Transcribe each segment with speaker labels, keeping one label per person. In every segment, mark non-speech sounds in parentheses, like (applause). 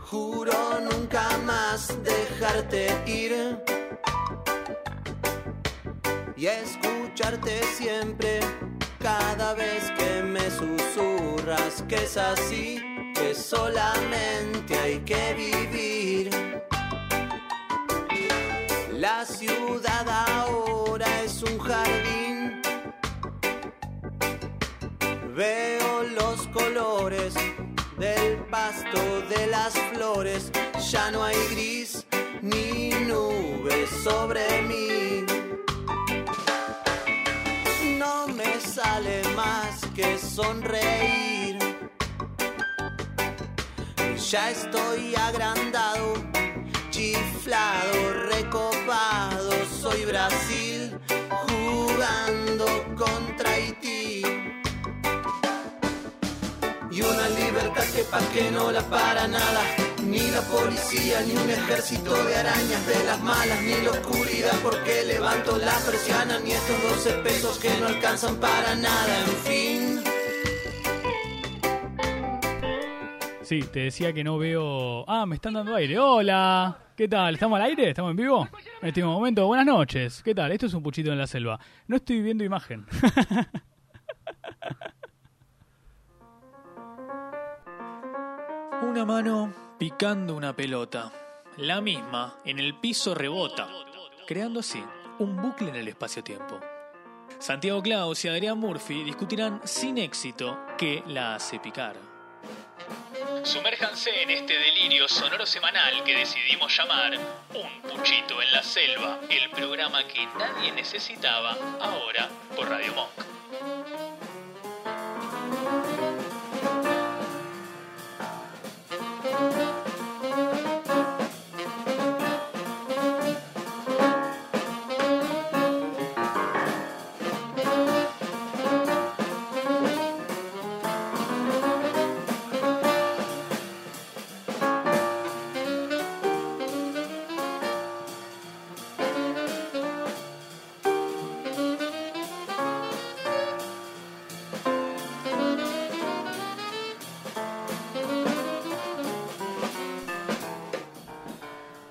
Speaker 1: Juro nunca más dejarte ir y escucharte siempre cada vez que me susurras que es así, que solamente hay que vivir. La ciudad ahora es un jardín. Veo los colores del pasto de las flores, ya no hay gris ni nube sobre mí. No me sale más que sonreír. Ya estoy agrandado, chiflado, recopado, soy Brasil jugando contra Haití y una libertad que pa' que no la para nada. Ni la policía, ni un ejército de arañas de las malas, ni la oscuridad porque levanto la persiana, ni estos 12 pesos que no alcanzan para nada, en fin.
Speaker 2: Sí, te decía que no veo. Ah, me están dando aire. Hola. ¿Qué tal? ¿Estamos al aire? ¿Estamos en vivo? En este momento, buenas noches. ¿Qué tal? Esto es un puchito en la selva. No estoy viendo imagen.
Speaker 3: Una mano (laughs) picando una pelota. La misma en el piso rebota, creando así un bucle en el espacio-tiempo. Santiago Claus y Adrián Murphy discutirán sin éxito qué la hace picar. Sumérjanse en este delirio sonoro semanal que decidimos llamar Un Puchito en la Selva, el programa que nadie necesitaba ahora por Radio Monk.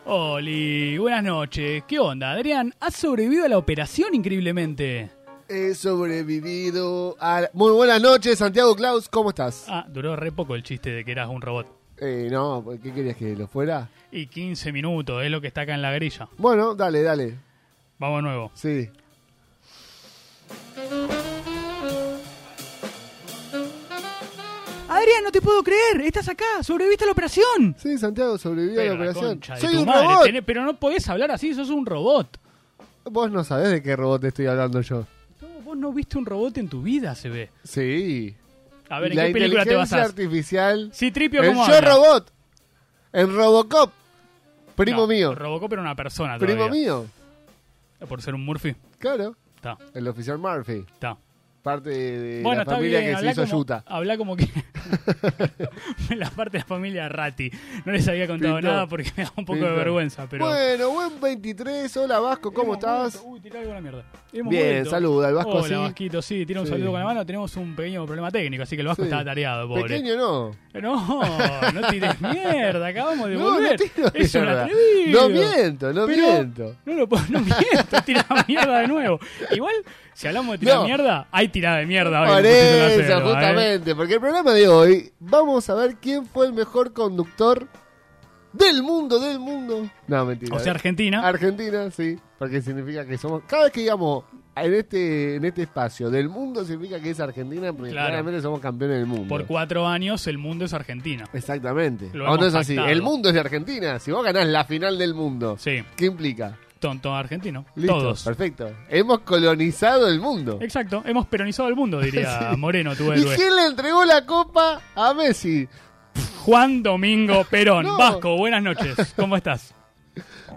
Speaker 2: Oli, buenas noches. ¿Qué onda, Adrián? ¿Has sobrevivido a la operación increíblemente?
Speaker 4: He sobrevivido a... la- Muy buenas noches, Santiago Claus, ¿cómo estás?
Speaker 2: Ah, duró re poco el chiste de que eras un robot.
Speaker 4: Eh, no, ¿qué querías que lo fuera?
Speaker 2: Y 15 minutos, es lo que está acá en la grilla.
Speaker 4: Bueno, dale, dale,
Speaker 2: Vamos de nuevo.
Speaker 4: sí.
Speaker 2: Adrián, no te puedo creer, estás acá, sobreviviste a la operación.
Speaker 4: Sí, Santiago sobrevivió a la operación.
Speaker 2: concha de
Speaker 4: Soy
Speaker 2: tu
Speaker 4: un
Speaker 2: madre,
Speaker 4: robot.
Speaker 2: tenés- pero no podés hablar así, sos un robot.
Speaker 4: Vos no sabés de qué robot te estoy hablando yo.
Speaker 2: No, vos no viste un robot en tu vida, se ve.
Speaker 4: Sí.
Speaker 2: A ver, ¿en
Speaker 4: la
Speaker 2: qué película te
Speaker 4: inteligencia
Speaker 2: basás?
Speaker 4: artificial.
Speaker 2: Sí, Tripio,
Speaker 4: El
Speaker 2: ¿cómo
Speaker 4: yo
Speaker 2: habla?
Speaker 4: robot. En Robocop. Primo
Speaker 2: No,
Speaker 4: mío.
Speaker 2: Robocop era una persona
Speaker 4: Primo
Speaker 2: todavía.
Speaker 4: mío.
Speaker 2: Por ser un Murphy.
Speaker 4: Claro.
Speaker 2: Está,
Speaker 4: El oficial Murphy.
Speaker 2: está.
Speaker 4: Parte de
Speaker 2: Bueno,
Speaker 4: la
Speaker 2: está
Speaker 4: familia
Speaker 2: bien,
Speaker 4: que se
Speaker 2: hablá
Speaker 4: hizo
Speaker 2: como,
Speaker 4: yuta.
Speaker 2: Habla como que... (laughs) la parte de la familia Ratti. No les había contado
Speaker 4: Pintó.
Speaker 2: nada porque me da un poco de
Speaker 4: Pintó.
Speaker 2: vergüenza, pero...
Speaker 4: Bueno, buen 23. Hola Vasco, ¿cómo
Speaker 2: Hemos vuelto.
Speaker 4: estás?
Speaker 2: Uy, tirá algo a la mierda. Hemos
Speaker 4: Bien,
Speaker 2: vuelto.
Speaker 4: saluda, el Vasco
Speaker 2: Hola,
Speaker 4: así.
Speaker 2: Vasquito, sí, tira un
Speaker 4: Sí.
Speaker 2: saludo con la mano. Tenemos un pequeño problema técnico, así que el Vasco
Speaker 4: Sí.
Speaker 2: está tareado, pobre.
Speaker 4: Pequeño no.
Speaker 2: No, no tires mierda, acabamos de
Speaker 4: No, no
Speaker 2: volver.
Speaker 4: tiro
Speaker 2: es un
Speaker 4: mierda.
Speaker 2: atrevido.
Speaker 4: No miento, no
Speaker 2: Pero
Speaker 4: miento.
Speaker 2: No lo puedo, (laughs) no miento, tira mierda de nuevo. Igual, si hablamos de tirar
Speaker 4: No.
Speaker 2: mierda, hay tirada de mierda. hoy en
Speaker 4: Por
Speaker 2: Puchito en la
Speaker 4: eso,
Speaker 2: Selva, ¿eh?
Speaker 4: justamente, porque el programa de hoy vamos a ver quién fue el mejor conductor del mundo, del mundo. No, mentira. ¿eh?
Speaker 2: O sea, Argentina.
Speaker 4: Argentina, sí, porque significa que somos. Cada vez que digamos en este, en este espacio del mundo, significa que es Argentina, porque
Speaker 2: Claro.
Speaker 4: claramente somos campeones del mundo.
Speaker 2: por cuatro años, el mundo es Argentina.
Speaker 4: Exactamente.
Speaker 2: Lo
Speaker 4: O no
Speaker 2: hemos
Speaker 4: es así.
Speaker 2: pactado.
Speaker 4: El mundo es de Argentina. Si vos ganás la final del mundo,
Speaker 2: Sí,
Speaker 4: ¿qué implica?
Speaker 2: tonto argentino.
Speaker 4: Listo,
Speaker 2: Todos.
Speaker 4: Perfecto. Hemos colonizado el mundo.
Speaker 2: Exacto, hemos peronizado el mundo,
Speaker 4: (laughs)
Speaker 2: diría Moreno, tu
Speaker 4: ¿Y
Speaker 2: héroe.
Speaker 4: quién le entregó la copa a Messi?
Speaker 2: Juan Domingo Perón.
Speaker 4: (laughs) No.
Speaker 2: Vasco, buenas noches. ¿Cómo estás?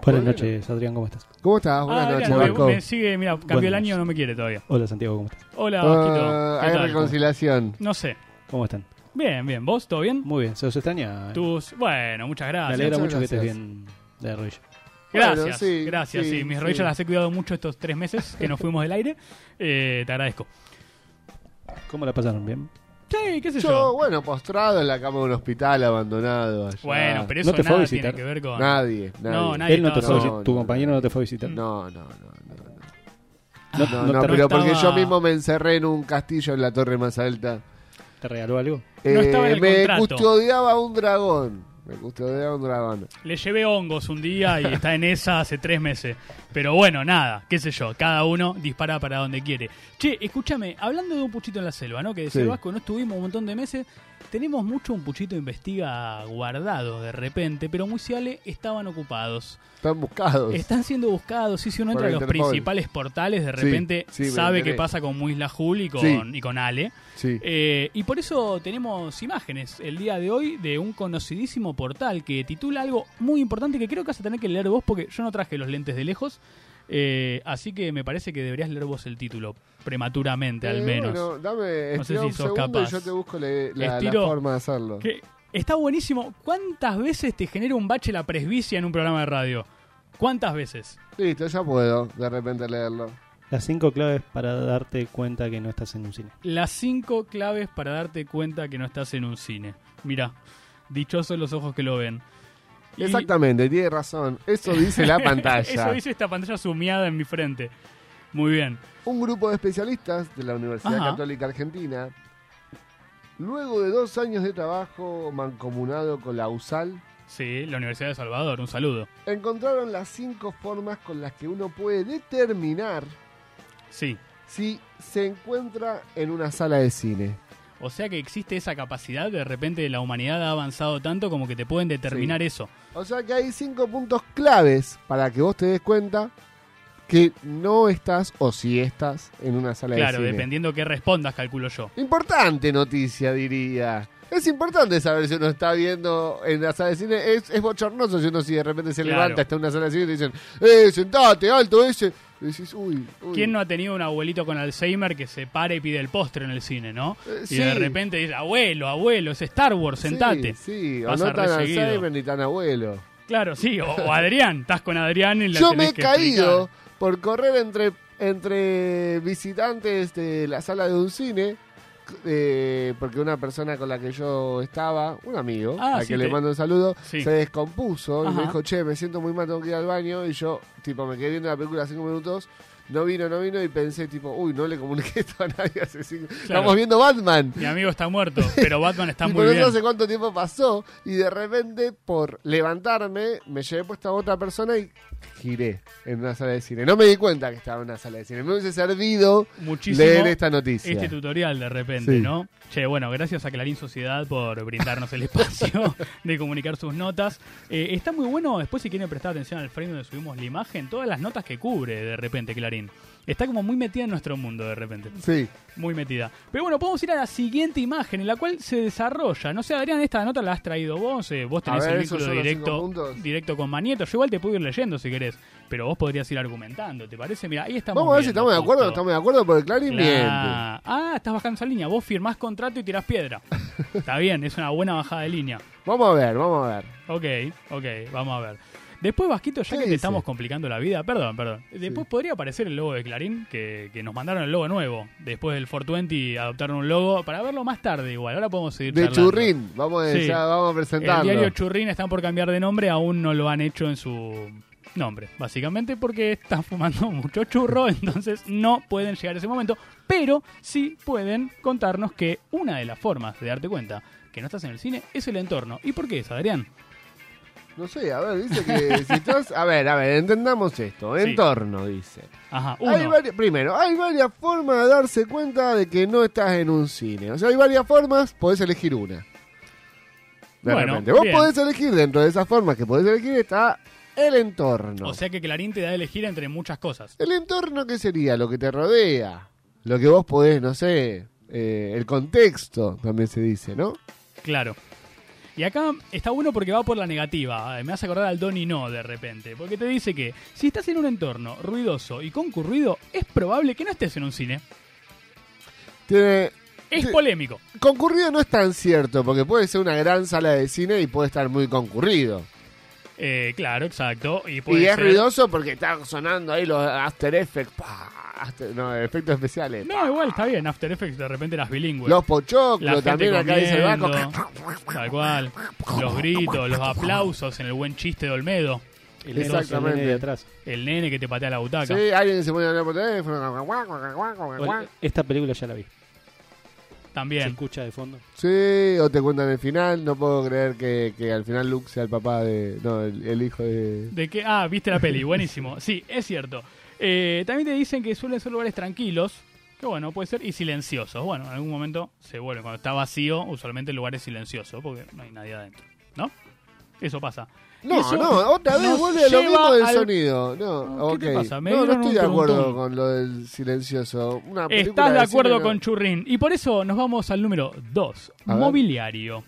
Speaker 5: Buenas noches, Adrián, ¿cómo estás?
Speaker 4: ¿Cómo estás? Buenas
Speaker 2: Ah,
Speaker 4: noches,
Speaker 2: claro, me-
Speaker 4: Marco.
Speaker 2: me sigue, mira, cambió el
Speaker 5: Buenas.
Speaker 2: año, no me quiere todavía.
Speaker 5: Hola, Santiago, ¿cómo estás?
Speaker 2: Hola,
Speaker 4: Ah,
Speaker 2: Vasquito. ¿qué
Speaker 4: hay
Speaker 2: tal?
Speaker 4: reconciliación.
Speaker 2: No sé.
Speaker 5: ¿Cómo están?
Speaker 2: Bien, bien. ¿Vos? ¿Todo bien?
Speaker 5: Muy bien, ¿se os extraña? eh?
Speaker 2: Tus... Bueno, muchas
Speaker 5: Me
Speaker 2: gracias.
Speaker 5: alegra
Speaker 4: muchas
Speaker 5: mucho que estés
Speaker 4: gracias.
Speaker 5: bien de la rodilla.
Speaker 2: Gracias,
Speaker 4: Bueno, sí,
Speaker 2: gracias. Sí,
Speaker 4: sí,
Speaker 2: mis
Speaker 4: sí.
Speaker 2: rodillas las he cuidado mucho estos tres meses que nos fuimos del aire. Eh, te agradezco.
Speaker 5: ¿Cómo la pasaron? ¿Bien?
Speaker 2: Sí, qué sé yo.
Speaker 4: Yo, bueno, postrado en la cama de un hospital abandonado. allá.
Speaker 2: bueno, pero eso
Speaker 5: No te fue a
Speaker 2: nada
Speaker 5: visitar.
Speaker 2: tiene que ver con.
Speaker 4: Nadie, nadie.
Speaker 2: No, nadie.
Speaker 5: Él no te
Speaker 2: estaba-
Speaker 5: fue a
Speaker 4: No,
Speaker 5: visit- tu
Speaker 4: no,
Speaker 5: compañero no te fue a visitar.
Speaker 4: No, no, no, no, no.
Speaker 5: no,
Speaker 4: No,
Speaker 5: no
Speaker 4: no,
Speaker 5: te,
Speaker 4: pero porque yo
Speaker 2: estaba-
Speaker 4: mismo me encerré en un castillo en la torre más alta. Eh,
Speaker 5: ¿te regaló algo?
Speaker 2: No estaba en el
Speaker 4: me
Speaker 2: contrato.
Speaker 4: custodiaba un dragón. Me custodiaba un dragón.
Speaker 2: Le llevé hongos un día y está en esa hace tres meses. Pero bueno, nada, qué sé yo. Cada uno dispara para donde quiere. Che, escúchame, hablando de un puchito en la selva, ¿no? Que decía
Speaker 4: Sí.
Speaker 2: Vasco, no estuvimos un montón de meses. Tenemos mucho un puchito investiga guardado de repente, pero muy Musiale estaban ocupados.
Speaker 4: Están buscados.
Speaker 2: Están siendo buscados. Sí, si uno
Speaker 4: Por
Speaker 2: entra a los
Speaker 4: Interpol.
Speaker 2: principales portales, de
Speaker 4: Sí,
Speaker 2: repente
Speaker 4: sí, me
Speaker 2: sabe
Speaker 4: enteré.
Speaker 2: qué pasa con Muisla Jul y con,
Speaker 4: Sí.
Speaker 2: y con Ale.
Speaker 4: Sí.
Speaker 2: Eh, y por eso tenemos imágenes el día de hoy de un conocidísimo portal que titula algo muy importante que creo que vas a tener que leer vos porque yo no traje los lentes de lejos. Eh, así que me parece que deberías leer vos el título, prematuramente al
Speaker 4: Eh,
Speaker 2: menos.
Speaker 4: bueno, dame
Speaker 2: No sé
Speaker 4: estira
Speaker 2: si
Speaker 4: un
Speaker 2: sos
Speaker 4: segundo
Speaker 2: capaz.
Speaker 4: y yo te busco la, la- la
Speaker 2: Estiro-
Speaker 4: forma de hacerlo.
Speaker 2: Que está buenísimo. ¿Cuántas veces te genera un bache la presbicia en un programa de radio? ¿Cuántas veces?
Speaker 4: Listo, ya puedo de repente leerlo.
Speaker 5: Las cinco claves para darte cuenta que no estás en un cine.
Speaker 2: Las cinco claves para darte cuenta que no estás en un cine. Mira, dichosos los ojos que lo ven. Y-
Speaker 4: Exactamente, tiene razón. Eso dice
Speaker 2: (laughs)
Speaker 4: la pantalla.
Speaker 2: Eso dice esta pantalla sumiada en mi frente. Muy bien.
Speaker 4: Un grupo de especialistas de la Universidad
Speaker 2: Ajá.
Speaker 4: Católica Argentina, luego de dos años de trabajo mancomunado con la USAL,
Speaker 2: Sí, la Universidad de Salvador, un saludo.
Speaker 4: encontraron las cinco formas con las que uno puede determinar
Speaker 2: Sí.
Speaker 4: si se encuentra en una sala de cine.
Speaker 2: O sea que existe esa capacidad, de repente la humanidad ha avanzado tanto como que te pueden determinar eso.
Speaker 4: O sea que hay cinco puntos claves para que vos te des cuenta que no estás o si estás en una sala
Speaker 2: Claro,
Speaker 4: de cine.
Speaker 2: dependiendo qué respondas, calculo yo.
Speaker 4: Importante noticia, diría. Es importante saber si uno está viendo en la sala de cine. Es, es bochornoso si uno si de repente se
Speaker 2: Claro.
Speaker 4: levanta, está en una sala de cine y te dicen, ¡eh, sentate, alto ese! Y decís, uy, uy.
Speaker 2: ¿Quién no ha tenido un abuelito con Alzheimer que se para y pide el postre en el cine, no?
Speaker 4: Eh,
Speaker 2: y
Speaker 4: sí.
Speaker 2: de repente dice, abuelo, abuelo, es Star Wars, sentate.
Speaker 4: Sí, sí. o
Speaker 2: Pasa
Speaker 4: no tan
Speaker 2: re seguido.
Speaker 4: Alzheimer ni tan abuelo.
Speaker 2: Claro, sí, o, o Adrián, estás con Adrián y la
Speaker 4: Yo me
Speaker 2: tenés
Speaker 4: he
Speaker 2: que
Speaker 4: caído
Speaker 2: explicar.
Speaker 4: por correr entre, entre visitantes de la sala de un cine. eh, porque una persona con la que yo estaba, un amigo,
Speaker 2: Ah,
Speaker 4: a
Speaker 2: sí,
Speaker 4: que le
Speaker 2: te-
Speaker 4: mando un saludo,
Speaker 2: Sí.
Speaker 4: se descompuso y
Speaker 2: Ajá.
Speaker 4: me dijo, che, me siento muy mal, tengo que ir al baño. Y yo, tipo, me quedé viendo la película cinco minutos, no vino, no vino, y pensé, tipo, uy, no le comuniqué esto a nadie hace cinco Estamos viendo Batman.
Speaker 2: Mi amigo está muerto, pero Batman
Speaker 4: (laughs)
Speaker 2: está
Speaker 4: Y
Speaker 2: muy
Speaker 4: por
Speaker 2: bien.
Speaker 4: eso hace cuánto tiempo pasó y de repente por levantarme me llevé puesta a otra persona y giré en una sala de cine. No me di cuenta que estaba en una sala de cine. Me hubiese servido
Speaker 2: Muchísimo.
Speaker 4: leer esta noticia.
Speaker 2: este tutorial de repente,
Speaker 4: Sí.
Speaker 2: ¿no? Che, bueno, gracias a Clarín Sociedad por brindarnos el
Speaker 4: (laughs)
Speaker 2: espacio de comunicar sus notas. Eh, está muy bueno, después si quieren prestar atención al frame donde subimos la imagen, todas las notas que cubre de repente Clarín. Está como muy metida en nuestro mundo de repente,
Speaker 4: Sí,
Speaker 2: muy metida. Pero bueno, podemos ir a la siguiente imagen en la cual se desarrolla. No sé, Adrián, esta nota la has traído vos, eh, vos
Speaker 4: A
Speaker 2: tenés
Speaker 4: ver,
Speaker 2: el
Speaker 4: esos
Speaker 2: vínculo
Speaker 4: son los cinco
Speaker 2: directo,
Speaker 4: puntos.
Speaker 2: directo con Manieto. Yo igual te puedo ir leyendo si querés, pero vos podrías ir argumentando, ¿te parece? Mira, ahí estamos.
Speaker 4: vamos a ver si
Speaker 2: viendo
Speaker 4: estamos de acuerdo o no
Speaker 2: justo.
Speaker 4: estamos de acuerdo porque Clarín miente.
Speaker 2: Claro. Ah, estás bajando esa línea. Vos firmás contrato y tirás
Speaker 4: (laughs)
Speaker 2: piedra. Está bien, es una buena bajada de línea.
Speaker 4: Vamos a ver, vamos a ver.
Speaker 2: Ok, ok, vamos a ver. Después, Vasquito, ya
Speaker 4: ¿Qué
Speaker 2: que te
Speaker 4: dice?
Speaker 2: estamos complicando la vida, perdón, perdón. Después podría aparecer el logo de Clarín, que, que nos mandaron el logo nuevo. Después del 420 adoptaron un logo para verlo más tarde igual. Ahora podemos seguir
Speaker 4: De
Speaker 2: charlando.
Speaker 4: Churrín, vamos a,
Speaker 2: Sí.
Speaker 4: ya vamos a
Speaker 2: El
Speaker 4: presentarlo.
Speaker 2: diario Churrín están por cambiar de nombre, aún no lo han hecho en su nombre, básicamente porque están fumando (laughs) mucho churro, entonces no pueden llegar a ese momento, pero sí pueden contarnos que una de las formas de darte cuenta que no estás en el cine es el entorno. ¿Y por qué es, Adrián?
Speaker 4: No sé, a ver, dice
Speaker 2: (laughs)
Speaker 4: que si estás... A ver, a ver, entendamos esto.
Speaker 2: Sí.
Speaker 4: Entorno, dice.
Speaker 2: Ajá,
Speaker 4: Hay
Speaker 2: uno.
Speaker 4: varias- primero, hay varias formas de darse cuenta de que no estás en un cine. O sea, hay varias formas, podés elegir una. De
Speaker 2: Bueno,
Speaker 4: repente. Vos
Speaker 2: bien.
Speaker 4: podés elegir, dentro de esas formas que podés elegir está el entorno.
Speaker 2: O sea que Clarín te da a elegir entre muchas cosas.
Speaker 4: el entorno, ¿qué sería? Lo que te rodea. Lo que vos podés, no sé. eh, el contexto, también se dice, ¿no?
Speaker 2: Claro. Y acá está bueno porque va por la negativa. eh, Me hace acordar al don y no de repente. Porque te dice que si estás en un entorno ruidoso y concurrido, es probable que no estés en un cine.
Speaker 4: Tiene-
Speaker 2: Es
Speaker 4: Sí.
Speaker 2: polémico.
Speaker 4: Concurrido no es tan cierto, porque puede ser una gran sala de cine y puede estar muy concurrido.
Speaker 2: Eh, claro, exacto. Y, puede
Speaker 4: y es
Speaker 2: ser-
Speaker 4: ruidoso porque están sonando ahí los After Effects. pa, After- no, efectos especiales.
Speaker 2: No, igual está bien. After Effects de repente las bilingües.
Speaker 4: Los
Speaker 2: La
Speaker 4: pochoclos
Speaker 2: gente
Speaker 4: también acá dice el banco.
Speaker 2: comiendo, Tal cual. Los gritos, los aplausos en el buen chiste de Olmedo.
Speaker 5: El nene-
Speaker 4: Exactamente.
Speaker 5: el nene de atrás.
Speaker 2: El nene que te patea la butaca.
Speaker 4: Sí, alguien se pone a hablar por teléfono.
Speaker 2: eh,
Speaker 5: Bueno, esta película ya la vi. Se
Speaker 2: También.
Speaker 5: escucha de fondo.
Speaker 4: Sí, o te cuentan el final. No puedo creer que, que al final Luke sea el papá de. No, el, el hijo de.
Speaker 2: ¿De qué? Ah, viste la peli, buenísimo. Sí, es cierto. Eh, también te dicen que suelen ser lugares tranquilos, que bueno, puede ser, y silenciosos. Bueno, en algún momento se vuelve. Cuando está vacío, usualmente el lugar es silencioso, porque no hay nadie adentro, ¿no? Eso pasa.
Speaker 4: No,
Speaker 2: Eso
Speaker 4: no, otra vez
Speaker 2: nos
Speaker 4: vuelve a lo
Speaker 2: lleva
Speaker 4: mismo del
Speaker 2: al-
Speaker 4: sonido. No,
Speaker 2: ¿Qué te
Speaker 4: ok.
Speaker 2: pasa? Me
Speaker 4: no, no
Speaker 2: dieron
Speaker 4: estoy
Speaker 2: un
Speaker 4: de acuerdo
Speaker 2: preguntón.
Speaker 4: con lo del silencioso. Una película
Speaker 2: Estás de
Speaker 4: cine
Speaker 2: acuerdo
Speaker 4: no-
Speaker 2: con Churrin. Y por eso nos vamos al número 2,
Speaker 4: A ver.
Speaker 2: mobiliario.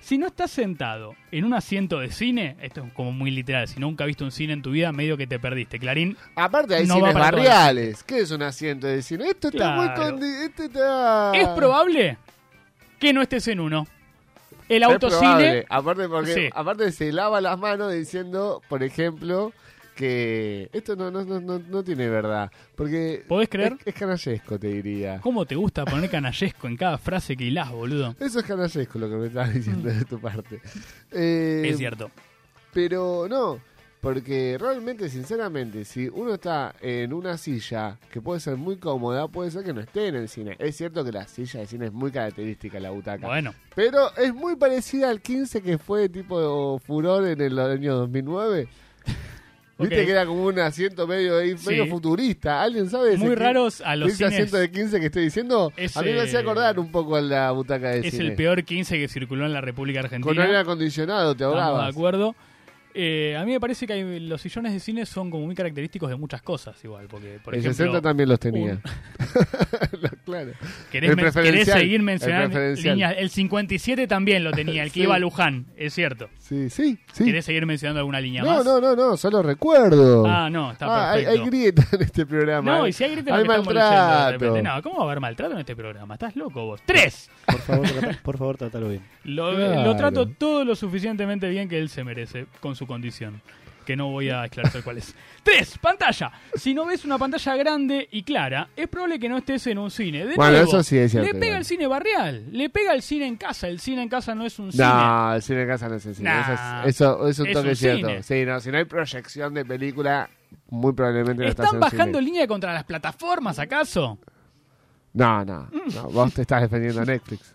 Speaker 2: Si no estás sentado en un asiento de cine, esto es como muy literal, si nunca viste un cine en tu vida, medio que te perdiste. Clarín,
Speaker 4: Aparte hay
Speaker 2: No va
Speaker 4: cines
Speaker 2: para todos.
Speaker 4: barriales. ¿Qué es un asiento de cine? Esto está muy
Speaker 2: Claro.
Speaker 4: condi- Este está...
Speaker 2: es probable que no estés en uno. El
Speaker 4: Es
Speaker 2: autocine
Speaker 4: probable. Aparte, porque,
Speaker 2: Sí.
Speaker 4: aparte se lava las manos diciendo, por ejemplo, que esto no, no, no, no, no tiene verdad. Porque
Speaker 2: ¿Podés creer?
Speaker 4: Es, es canallesco,
Speaker 2: (laughs)
Speaker 4: te diría.
Speaker 2: ¿Cómo te gusta poner canallesco en cada frase que hilás, boludo?
Speaker 4: Eso es canallesco lo que me estás diciendo de tu parte. Eh,
Speaker 2: es cierto.
Speaker 4: Pero no, porque realmente, sinceramente, si uno está en una silla que puede ser muy cómoda, puede ser que no esté en el cine. Es cierto que la silla de cine es muy característica, la butaca.
Speaker 2: Bueno,
Speaker 4: Pero es muy parecida al 15 que fue tipo furor en el año 2009. Viste
Speaker 2: Ok.
Speaker 4: que era como un asiento medio, ahí,
Speaker 2: Sí.
Speaker 4: medio futurista. ¿Alguien sabe? ese
Speaker 2: muy
Speaker 4: que-
Speaker 2: raros a los
Speaker 4: ese
Speaker 2: cines.
Speaker 4: asiento de 15 que estoy diciendo?
Speaker 2: Es,
Speaker 4: a mí me hace
Speaker 2: eh,
Speaker 4: acordar un poco a la butaca de
Speaker 2: Es
Speaker 4: cine.
Speaker 2: el peor 15 que circuló en la República Argentina.
Speaker 4: Con aire acondicionado, te
Speaker 2: Estamos de
Speaker 4: ahorrabas.
Speaker 2: acuerdo. Eh, a mí me parece que hay- los sillones de cine son como muy característicos de muchas cosas, igual. Porque, por
Speaker 4: el
Speaker 2: ejemplo,
Speaker 4: 60 también los tenía. (laughs) Lo- claro.
Speaker 2: querés, men- querés
Speaker 4: el preferencial,
Speaker 2: seguir
Speaker 4: el
Speaker 2: mencionando
Speaker 4: preferencial.
Speaker 2: líneas. El 57 también lo tenía, el que
Speaker 4: Sí.
Speaker 2: iba a Luján, es cierto.
Speaker 4: Sí, sí, sí.
Speaker 2: ¿Querés seguir mencionando alguna línea
Speaker 4: No,
Speaker 2: más?
Speaker 4: no, no, no, solo recuerdo.
Speaker 2: Ah, no, está
Speaker 4: Ah, hay,
Speaker 2: perfecto.
Speaker 4: hay grieta en este programa.
Speaker 2: no, y si hay gritos,
Speaker 4: Hay
Speaker 2: lo que estamos leyendo de
Speaker 4: maltrato.
Speaker 2: repente. No, ¿cómo va a haber maltrato en este programa? ¿Estás loco vos? ¡Tres!
Speaker 5: Por favor, trata- por favor, trátalo bien.
Speaker 2: Lo, eh,
Speaker 4: Claro.
Speaker 2: lo trato todo lo suficientemente bien que él se merece con su condición. Que no voy a esclarecer cuál
Speaker 4: (laughs)
Speaker 2: es. Tres, pantalla. Si no ves una pantalla grande y clara, es probable que no estés en un cine. De
Speaker 4: Bueno,
Speaker 2: nuevo,
Speaker 4: eso sí es cierto,
Speaker 2: Le pega
Speaker 4: igual.
Speaker 2: el cine barrial, le pega el cine en casa. El cine en casa no es un cine.
Speaker 4: No, el cine de casa no es el cine.
Speaker 2: Nah.
Speaker 4: Eso, es, eso- es un
Speaker 2: Es
Speaker 4: toque
Speaker 2: un
Speaker 4: cierto.
Speaker 2: cine.
Speaker 4: Sí, no, si no hay proyección de película, muy probablemente no estás en
Speaker 2: ¿Están
Speaker 4: un
Speaker 2: bajando
Speaker 4: cine.
Speaker 2: línea contra las plataformas, acaso?
Speaker 4: No, no, no, Vos te estás defendiendo a Netflix.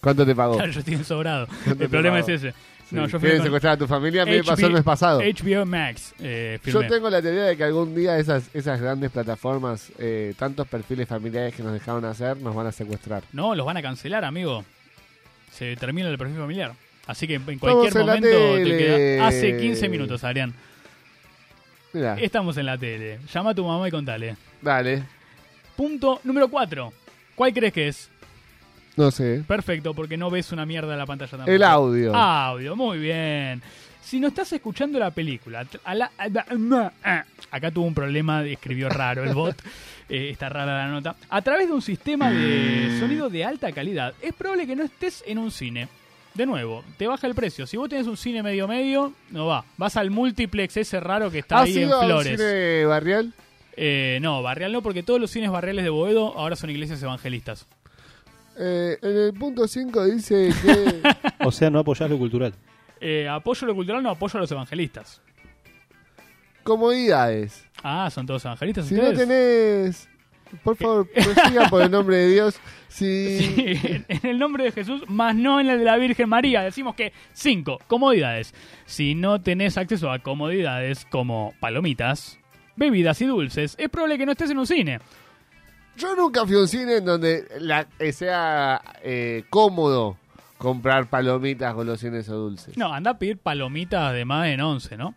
Speaker 4: ¿Cuánto te pagó?
Speaker 2: (laughs) Claro, yo estoy
Speaker 4: (laughs)
Speaker 2: sobrado.
Speaker 4: te
Speaker 2: El problema es
Speaker 4: pago.
Speaker 2: ese. No,
Speaker 4: Sí.
Speaker 2: yo fui
Speaker 4: ¿Quieren
Speaker 2: con
Speaker 4: secuestrar a tu familia? A mí me
Speaker 2: HBO
Speaker 4: pasó el mes pasado.
Speaker 2: HBO Max. eh,
Speaker 4: Yo
Speaker 2: firmé.
Speaker 4: tengo la teoría de que algún día esas, esas grandes plataformas, eh, tantos perfiles familiares que nos dejaron hacer, nos van a secuestrar.
Speaker 2: No, los van a cancelar, amigo. Se termina el perfil familiar. Así que en
Speaker 4: Estamos
Speaker 2: cualquier
Speaker 4: en la
Speaker 2: momento te
Speaker 4: tele.
Speaker 2: queda. Hace 15 minutos, Adrián.
Speaker 4: Mira,
Speaker 2: Estamos en la tele. Llama a tu mamá y contale.
Speaker 4: dale.
Speaker 2: Punto número 4. ¿Cuál crees que es?
Speaker 4: No sé.
Speaker 2: Perfecto, porque no ves una mierda en la pantalla tampoco.
Speaker 4: El audio.
Speaker 2: Audio, muy bien. Si no estás escuchando la película, a la- a la- ma- ah. acá tuvo un problema, escribió raro el
Speaker 4: (laughs)
Speaker 2: bot, Eh, está rara la nota. A través de un sistema
Speaker 4: Mm.
Speaker 2: de sonido de alta calidad, es probable que no estés en un cine. De nuevo, te baja el precio. Si vos tenés un cine medio medio, no va. Vas al multiplex ese raro que está
Speaker 4: ¿Has
Speaker 2: ahí en
Speaker 4: ido a un
Speaker 2: Flores.
Speaker 4: cine barrial?
Speaker 2: Eh, no, barrial no, porque todos los cines barriales de Boedo ahora son iglesias evangelistas.
Speaker 4: Eh, en el punto 5 dice que...
Speaker 2: (laughs)
Speaker 5: O sea, no apoyás lo cultural.
Speaker 2: Eh, apoyo lo cultural, no apoyo a los evangelistas.
Speaker 4: comodidades.
Speaker 2: Ah, son todos evangelistas.
Speaker 4: Si no
Speaker 2: ustedes?
Speaker 4: tenés...
Speaker 2: (laughs)
Speaker 4: Por favor, prosiga por el nombre de Dios. Si...
Speaker 2: Sí, en en el nombre de Jesús, más no en el de la Virgen María. Decimos que cinco comodidades. Si no tenés acceso a comodidades como palomitas, bebidas y dulces, es probable que no estés en un cine.
Speaker 4: Yo nunca fui a un cine en donde la- eh, sea eh, cómodo comprar palomitas, golosines o dulces.
Speaker 2: No, anda a pedir palomitas de más en once, ¿no?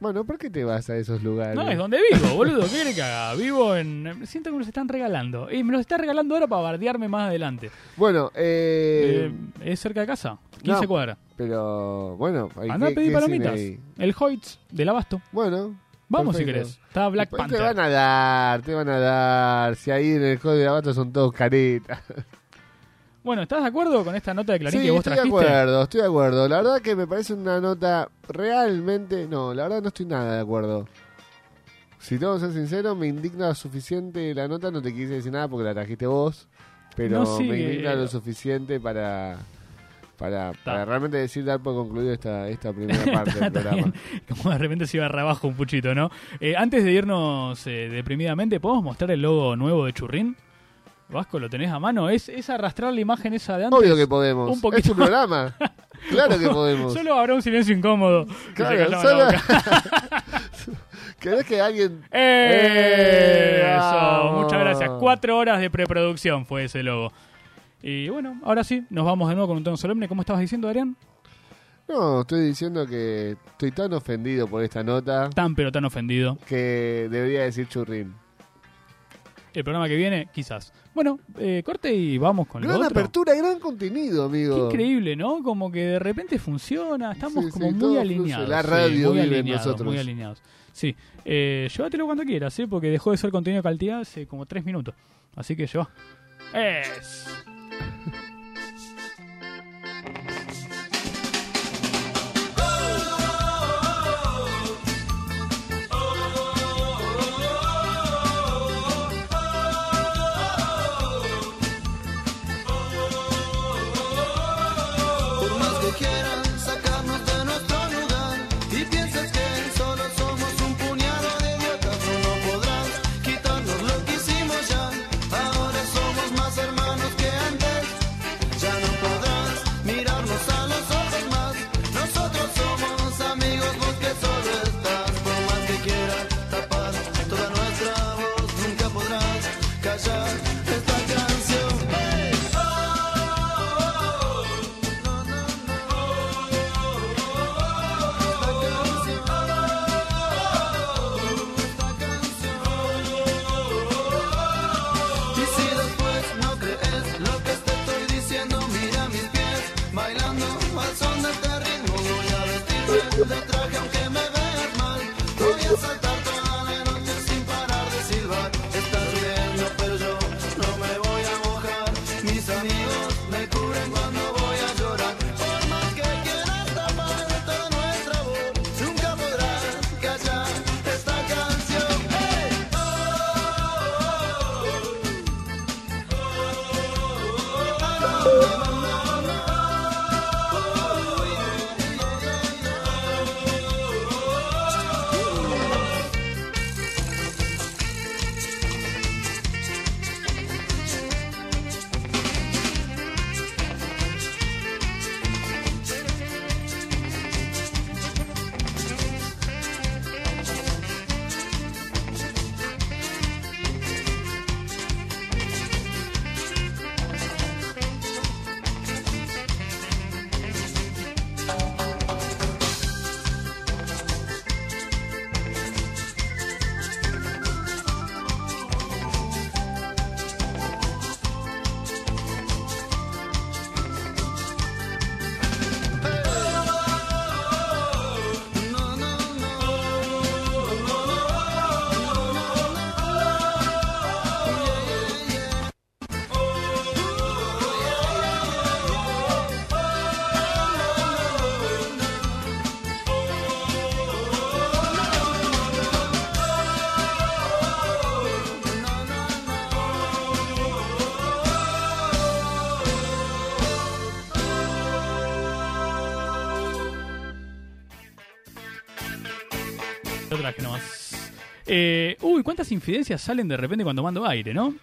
Speaker 4: Bueno, ¿por qué te vas a esos lugares?
Speaker 2: No, es donde vivo, boludo. ¿Qué quiere que haga? Vivo en. Siento que me los están regalando. Y me los está regalando ahora para bardearme más adelante.
Speaker 4: Bueno, eh,
Speaker 2: Eh, es cerca de casa, 15
Speaker 4: no.
Speaker 2: cuadras.
Speaker 4: pero bueno, hay
Speaker 2: Andá a
Speaker 4: que-
Speaker 2: pedir
Speaker 4: que cine
Speaker 2: palomitas.
Speaker 4: ahí.
Speaker 2: El Hoyts del Abasto.
Speaker 4: Bueno,
Speaker 2: Vamos
Speaker 4: Perfecto.
Speaker 2: si querés. Está Black
Speaker 4: Pues
Speaker 2: Panther.
Speaker 4: Te van a dar, te van a dar. Si ahí en el código de abato son todos caretas.
Speaker 2: Bueno, ¿estás de acuerdo con esta nota de Clarín
Speaker 4: Sí,
Speaker 2: que vos
Speaker 4: estoy de
Speaker 2: trajiste?
Speaker 4: acuerdo, estoy de acuerdo. La verdad que me parece una nota realmente. No, la verdad no estoy nada de acuerdo. Si tengo que ser sincero, me indigna suficiente la nota. No te quise decir nada porque la trajiste vos. Pero
Speaker 2: No, sí,
Speaker 4: me indigna
Speaker 2: eh,
Speaker 4: lo suficiente para. Para, para realmente decir, dar por concluido esta,
Speaker 2: (laughs)
Speaker 4: esta primera parte del
Speaker 2: Está
Speaker 4: programa.
Speaker 2: bien. (laughs) Como de repente se iba re abajo un puchito, ¿no? Eh, antes de irnos eh, deprimidamente, ¿podemos mostrar el logo nuevo de Churrín? Vasco, ¿lo tenés a mano? ¿Es, es arrastrar la imagen esa de antes?
Speaker 4: Obvio que podemos.
Speaker 2: un poquito
Speaker 4: Es tu
Speaker 2: más. (laughs)
Speaker 4: programa. Claro que podemos.
Speaker 2: Solo habrá un silencio incómodo. Y se
Speaker 4: Claro,
Speaker 2: callaba la
Speaker 4: solo-
Speaker 2: boca.
Speaker 4: (laughs) ¿Querés que alguien
Speaker 2: ¡Eh! (laughs)
Speaker 4: ¡Eh,
Speaker 2: Eso,
Speaker 4: vamos!
Speaker 2: muchas gracias. Cuatro horas de preproducción fue ese logo. Y bueno, ahora sí, nos vamos de nuevo con un tono solemne. ¿Cómo estabas diciendo, Adrián?
Speaker 4: No, estoy diciendo que estoy tan ofendido por esta nota
Speaker 2: Tan pero tan ofendido.
Speaker 4: que debería decir churrín.
Speaker 2: El programa que viene, quizás. Bueno, eh, corte y vamos con
Speaker 4: Gran
Speaker 2: lo otro.
Speaker 4: apertura, gran contenido,
Speaker 2: Qué
Speaker 4: amigo.
Speaker 2: increíble, ¿no? Como que de repente funciona, estamos
Speaker 4: Sí,
Speaker 2: como
Speaker 4: sí, todo
Speaker 2: muy
Speaker 4: fluye,
Speaker 2: alineados.
Speaker 4: la
Speaker 2: sí,
Speaker 4: radio
Speaker 2: muy
Speaker 4: vive en
Speaker 2: alineados,
Speaker 4: nosotros.
Speaker 2: muy alineados. Sí, eh, llévatelo cuando quieras, ¿eh? Porque dejó de ser contenido de calidad hace como tres minutos. Así que lleva. Es.
Speaker 6: Por más que quieran sacarnos de nuestro lugar Y piensas que solo somos un puñado de idiotas No podrás quitarnos lo que hicimos ya Ahora somos más hermanos que antes Ya no podrás mirarnos a los ojos más Nosotros somos amigos los que solo estás Por más que quieras tapar toda nuestra voz Nunca podrás callar esta canción Y si después no crees lo que te estoy diciendo, mira mis pies bailando al son de este ritmo. Voy a vestirme de traje aunque me veas mal. Voy a saltar toda la noche sin parar de silbar. Estás riendo, pero yo no me voy a mojar. Mis amigos me cubren cuando voy a llorar. Por más que quieras tapar toda nuestra voz, nunca podrás callar esta canción. ¡Hey!
Speaker 2: Lo traje nomás. Eh, uy, cuántas infidencias salen de repente cuando mando aire, ¿no?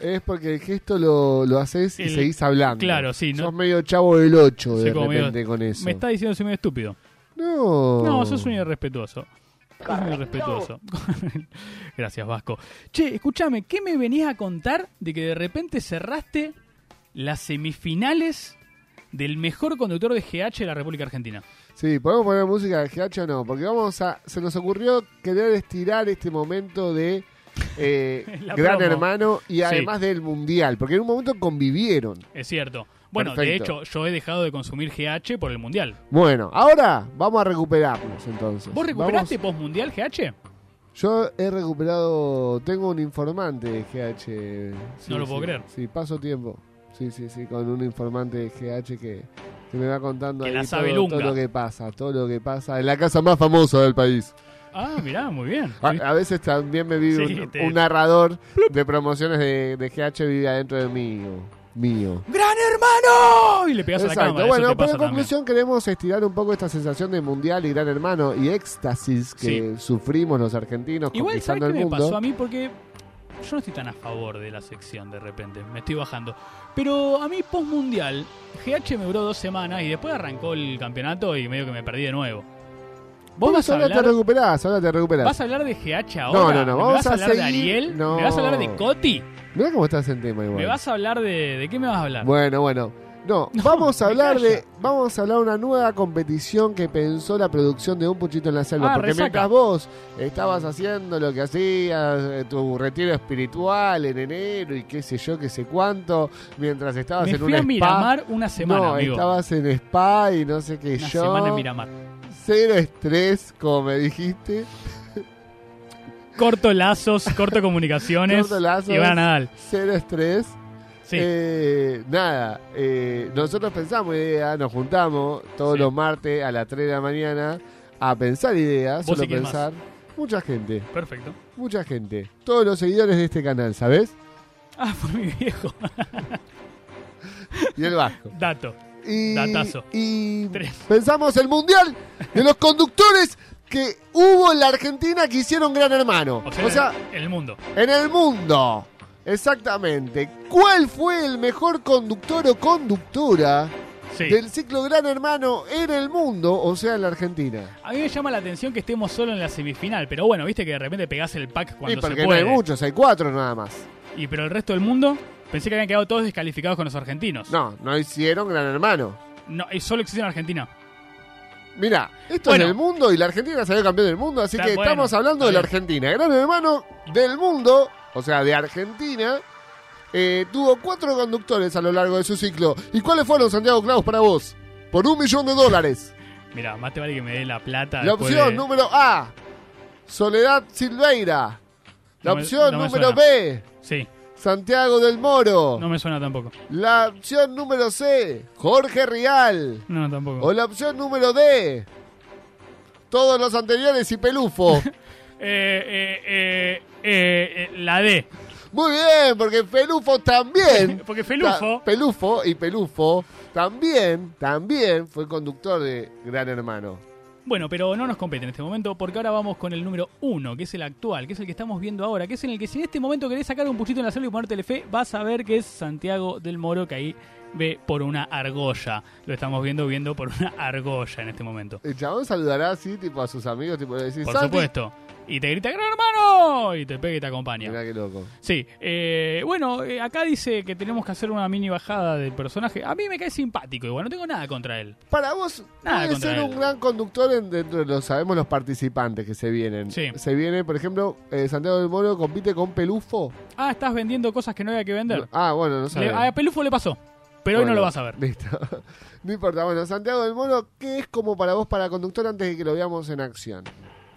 Speaker 4: Es porque el gesto lo, lo haces y
Speaker 2: El-
Speaker 4: seguís hablando.
Speaker 2: claro, sí, no-
Speaker 4: Sos medio chavo del 8 de
Speaker 2: Soy como medio-
Speaker 4: repente con eso.
Speaker 2: Me está diciendo que soy medio estúpido.
Speaker 4: No.
Speaker 2: No, sos un irrespetuoso. Sos un irrespetuoso. (laughs) Gracias, Vasco. Che, escúchame, ¿qué me venías a contar de que de repente cerraste las semifinales del mejor conductor de GH de la República Argentina?
Speaker 4: Sí, podemos poner música de GH o no, porque vamos a. Se nos ocurrió querer estirar este momento de eh,
Speaker 2: (laughs) La
Speaker 4: Gran
Speaker 2: promo.
Speaker 4: Hermano y además del Mundial, porque en un momento convivieron.
Speaker 2: Es cierto. Bueno,
Speaker 4: Perfecto.
Speaker 2: de hecho, yo he dejado de consumir GH por el mundial.
Speaker 4: Bueno, ahora vamos a recuperarnos entonces.
Speaker 2: ¿Vos recuperaste post-mundial GH?
Speaker 4: Vamos- yo he recuperado. Tengo un informante de GH. Sí,
Speaker 2: No lo
Speaker 4: sí.
Speaker 2: puedo creer.
Speaker 4: Sí, paso tiempo. Sí, sí, sí, con un informante de GH que, que me va contando
Speaker 2: Que
Speaker 4: ahí
Speaker 2: la sabe
Speaker 4: todo,
Speaker 2: lunga.
Speaker 4: todo lo que pasa, todo lo que pasa en la casa más famosa del país.
Speaker 2: Ah, mirá, muy bien.
Speaker 4: A, a veces también me vive
Speaker 2: Sí,
Speaker 4: un,
Speaker 2: te-
Speaker 4: un narrador de promociones de, de GH vive adentro de mío. Mío.
Speaker 2: ¡Gran hermano! Y le pegas a la cámara. eso te
Speaker 4: Bueno, pero
Speaker 2: pasa
Speaker 4: en
Speaker 2: también.
Speaker 4: conclusión queremos estirar un poco esta sensación de mundial y gran hermano y éxtasis que sufrimos los argentinos
Speaker 2: Igual,
Speaker 4: conquistando
Speaker 2: ¿sabes qué
Speaker 4: el
Speaker 2: me
Speaker 4: mundo.
Speaker 2: pasó a mí? Porque yo no estoy tan a favor de la sección de repente, me estoy bajando. Pero a mí post-mundial, GH me duró dos semanas y después arrancó el campeonato y medio que me perdí de nuevo. ¿Vos
Speaker 4: Bueno,
Speaker 2: vas a,
Speaker 4: ahora te
Speaker 2: hablar,
Speaker 4: recuperás, ahora te recuperás.
Speaker 2: vas a hablar de GH ahora?
Speaker 4: No, no, no,
Speaker 2: ¿Me
Speaker 4: vamos
Speaker 2: vas a
Speaker 4: a
Speaker 2: hablar de
Speaker 4: seguir-
Speaker 2: Ariel?
Speaker 4: No.
Speaker 2: ¿Me vas a hablar de Coti?
Speaker 4: Mirá cómo estás en tema igual.
Speaker 2: ¿Me vas a hablar de... ¿De qué me vas a hablar?
Speaker 4: Bueno, bueno. No,
Speaker 2: (laughs) No,
Speaker 4: vamos a
Speaker 2: me
Speaker 4: hablar de
Speaker 2: calla.
Speaker 4: vamos a hablar de una nueva competición que pensó la producción de Un Puchito en la Selva.
Speaker 2: Ah,
Speaker 4: porque
Speaker 2: resaca.
Speaker 4: mientras vos
Speaker 2: Mm.
Speaker 4: estabas haciendo lo que hacías, eh, tu retiro espiritual en enero y qué sé yo, qué sé cuánto, mientras estabas
Speaker 2: me
Speaker 4: en
Speaker 2: fui
Speaker 4: un
Speaker 2: a
Speaker 4: spa.
Speaker 2: Miramar una semana,
Speaker 4: no,
Speaker 2: amigo.
Speaker 4: estabas en spa y no sé qué
Speaker 2: Una
Speaker 4: yo.
Speaker 2: semana en Miramar.
Speaker 4: Cero estrés, como me dijiste.
Speaker 2: Corto lazos, corto comunicaciones.
Speaker 4: Corto lazos.
Speaker 2: Y van a Nadal.
Speaker 4: Cero estrés.
Speaker 2: Sí.
Speaker 4: Eh, nada, eh, nosotros pensamos ideas, nos juntamos todos
Speaker 2: Sí.
Speaker 4: los martes a las 3 de la mañana a pensar ideas,
Speaker 2: Vos
Speaker 4: solo
Speaker 2: sí que más.
Speaker 4: pensar.
Speaker 2: (laughs)
Speaker 4: Mucha gente,
Speaker 2: Perfecto.
Speaker 4: mucha gente. Todos los seguidores de este canal, ¿sabes?
Speaker 2: Ah, por mi viejo.
Speaker 4: Y el Vasco.
Speaker 2: (laughs) Dato.
Speaker 4: Y,
Speaker 2: Datazo.
Speaker 4: y
Speaker 2: Tres.
Speaker 4: pensamos el mundial de los conductores que hubo en la Argentina que hicieron gran hermano.
Speaker 2: O sea,
Speaker 4: O sea,
Speaker 2: en el mundo.
Speaker 4: en el mundo. Exactamente. ¿Cuál fue el mejor conductor o conductora?
Speaker 2: Sí.
Speaker 4: del ciclo Gran Hermano en el mundo, o sea, en la Argentina.
Speaker 2: A mí me llama la atención que estemos solo en la semifinal, pero bueno, viste que de repente pegás el pack
Speaker 4: Y
Speaker 2: cuando
Speaker 4: porque
Speaker 2: se
Speaker 4: no hay
Speaker 2: puede.
Speaker 4: muchos, hay cuatro nada más.
Speaker 2: y pero el resto del mundo, pensé que habían quedado todos descalificados con los argentinos.
Speaker 4: No, no hicieron Gran Hermano.
Speaker 2: No, y solo existe en Argentina.
Speaker 4: Mira, esto
Speaker 2: Bueno.
Speaker 4: es el mundo y la Argentina salió campeón del mundo, así
Speaker 2: Está
Speaker 4: que
Speaker 2: bueno,
Speaker 4: estamos
Speaker 2: está
Speaker 4: hablando de la
Speaker 2: bien.
Speaker 4: Argentina. Gran Hermano del mundo, o sea, de Argentina, eh, tuvo cuatro conductores a lo largo de su ciclo. ¿Y cuáles fueron, Santiago Claus, para vos? Por un millón de dólares.
Speaker 2: Mira, más te vale que me dé la plata.
Speaker 4: La
Speaker 2: Ah, después
Speaker 4: opción
Speaker 2: de-
Speaker 4: número A, Soledad Silveira. La
Speaker 2: No me-
Speaker 4: opción
Speaker 2: no me
Speaker 4: número
Speaker 2: suena.
Speaker 4: B,
Speaker 2: Sí,
Speaker 4: Santiago del Moro.
Speaker 2: no me suena tampoco.
Speaker 4: La opción número C, Jorge Rial.
Speaker 2: No, tampoco.
Speaker 4: O la opción número D, todos los anteriores y
Speaker 2: (laughs)
Speaker 4: Pelufo.
Speaker 2: Eh, eh, eh, eh, eh, la D.
Speaker 4: Muy bien, porque Pelufo también.
Speaker 2: (laughs) Porque
Speaker 4: Ta-
Speaker 2: Felufo.
Speaker 4: Pelufo y Pelufo también, también fue conductor de Gran Hermano.
Speaker 2: Bueno, pero no nos compete en este momento porque ahora vamos con el número uno, que es el actual, que es el que estamos viendo ahora, que es en el que si en este momento querés sacar un puchito en la sala y ponerte el fe, vas a ver que es Santiago del Moro que ahí ve por una argolla. Lo estamos viendo viendo por una argolla en este momento.
Speaker 4: El chabón saludará así, tipo, a sus amigos, tipo, le decís,
Speaker 2: Por
Speaker 4: "Santi".
Speaker 2: supuesto. Y te grita, gran hermano, y te pega y te acompaña.
Speaker 4: Mirá qué loco.
Speaker 2: Sí, eh, bueno, eh, acá dice que tenemos que hacer una mini bajada del personaje. A mí me cae simpático, igual no tengo nada contra él.
Speaker 4: Para vos,
Speaker 2: Nada
Speaker 4: puede
Speaker 2: contra
Speaker 4: ser
Speaker 2: él.
Speaker 4: un gran conductor en- dentro de los, sabemos, los participantes que se vienen.
Speaker 2: Sí.
Speaker 4: Se viene, por ejemplo, eh, Santiago del Moro compite con Pelufo.
Speaker 2: Ah, estás vendiendo cosas que no había que vender.
Speaker 4: Ah, bueno, no
Speaker 2: Le-
Speaker 4: sabemos.
Speaker 2: a Pelufo le pasó, pero hoy no
Speaker 4: Bueno,
Speaker 2: lo vas a ver.
Speaker 4: Listo. (laughs) no importa. Bueno, Santiago del Moro, ¿qué es como para vos, para conductor, antes de que lo veamos en acción?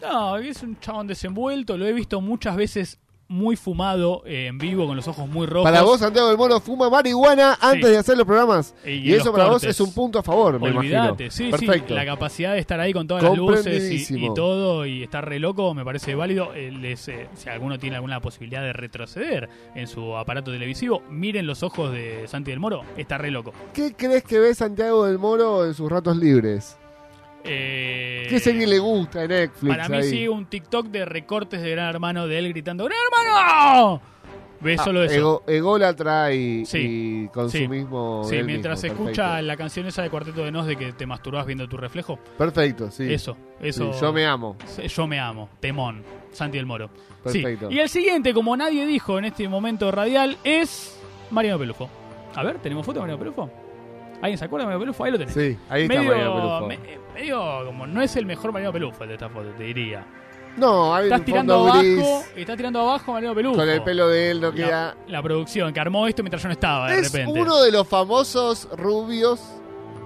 Speaker 2: No, es un chabón desenvuelto, lo he visto muchas veces muy fumado eh, en vivo, con los ojos muy rojos.
Speaker 4: Para vos, Santiago del Moro fuma marihuana antes
Speaker 2: Sí.
Speaker 4: de hacer los programas.
Speaker 2: Y-
Speaker 4: Y,
Speaker 2: y
Speaker 4: eso
Speaker 2: los
Speaker 4: para vos
Speaker 2: cortes.
Speaker 4: es un punto a favor, me
Speaker 2: Olvídate,
Speaker 4: imagino.
Speaker 2: sí,
Speaker 4: Perfecto.
Speaker 2: sí, la capacidad de estar ahí con todas las luces y- y,
Speaker 4: Comprendidísimo.
Speaker 2: todo y estar re loco me parece válido. Eh, les, eh, si alguno tiene alguna posibilidad de retroceder en su aparato televisivo, miren los ojos de Santi del Moro, está re loco.
Speaker 4: ¿Qué crees que ve Santiago del Moro en sus ratos libres?
Speaker 2: Eh,
Speaker 4: ¿Qué serie le gusta en Netflix?
Speaker 2: Para mí
Speaker 4: ahí?
Speaker 2: sí, un TikTok de recortes de Gran Hermano de él gritando ¡Gran Hermano! Ve
Speaker 4: Ah,
Speaker 2: solo eso.
Speaker 4: ego- ególatra y,
Speaker 2: Sí.
Speaker 4: y consumismo.
Speaker 2: Sí,
Speaker 4: del
Speaker 2: mientras se
Speaker 4: mismo.
Speaker 2: escucha la canción esa de Cuarteto de Nos de que te masturbas viendo tu reflejo.
Speaker 4: Perfecto, Perfecto, sí.
Speaker 2: Eso, eso.
Speaker 4: Sí, yo me amo.
Speaker 2: Sí, Yo me amo, Temón, Santi del Moro. Sí.
Speaker 4: Perfecto.
Speaker 2: Y el siguiente, como nadie dijo en este momento radial, es Mariano Pelufo. A ver, ¿tenemos foto de Mariano Pelufo? ¿Alguien se acuerda de Mario Pelufo? Ahí lo tenés.
Speaker 4: Sí, ahí está
Speaker 2: medio,
Speaker 4: Mario Pelufo.
Speaker 2: me- eh, medio como no es el mejor Mariano Pelufo el de esta foto, te diría.
Speaker 4: No, hay
Speaker 2: Estás
Speaker 4: un
Speaker 2: tirando
Speaker 4: fondo
Speaker 2: abajo,
Speaker 4: gris.
Speaker 2: estás tirando abajo Mariano Pelufo.
Speaker 4: Con el pelo de él no
Speaker 2: la,
Speaker 4: queda.
Speaker 2: la producción que armó esto mientras yo no estaba de
Speaker 4: Es
Speaker 2: repente.
Speaker 4: uno de los famosos rubios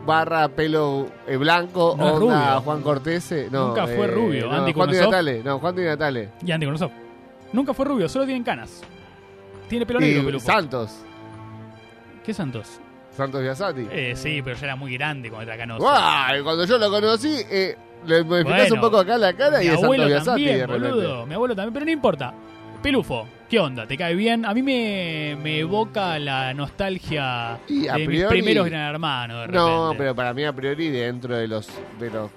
Speaker 4: barra pelo eh, blanco
Speaker 2: No es
Speaker 4: onda
Speaker 2: rubio.
Speaker 4: Juan Cortese. No,
Speaker 2: Nunca fue
Speaker 4: eh,
Speaker 2: rubio,
Speaker 4: no,
Speaker 2: Andy
Speaker 4: Juan Di
Speaker 2: Konosov.
Speaker 4: Natale. No, Juan Di Natale.
Speaker 2: Y Andy Konosov. Nunca fue rubio, solo tienen canas. Tiene pelo negro
Speaker 4: Y
Speaker 2: Pelufo.
Speaker 4: Santos.
Speaker 2: ¿Qué santos?
Speaker 4: Santos Biasati.
Speaker 2: Eh, sí, pero ya era muy grande cuando era canoso.
Speaker 4: Guay, cuando yo lo conocí, eh, le modificás
Speaker 2: Bueno,
Speaker 4: un poco acá la cara
Speaker 2: Mi
Speaker 4: y es Santo
Speaker 2: abuelo
Speaker 4: Biasati de
Speaker 2: también,
Speaker 4: repente.
Speaker 2: boludo. Mi abuelo también, pero no importa. Pelufo, ¿qué onda? ¿Te cae bien? A mí me, me evoca la nostalgia
Speaker 4: Y a
Speaker 2: de mis
Speaker 4: priori-
Speaker 2: primeros gran hermanos. De
Speaker 4: No,
Speaker 2: repente.
Speaker 4: pero para mí a priori dentro de los de los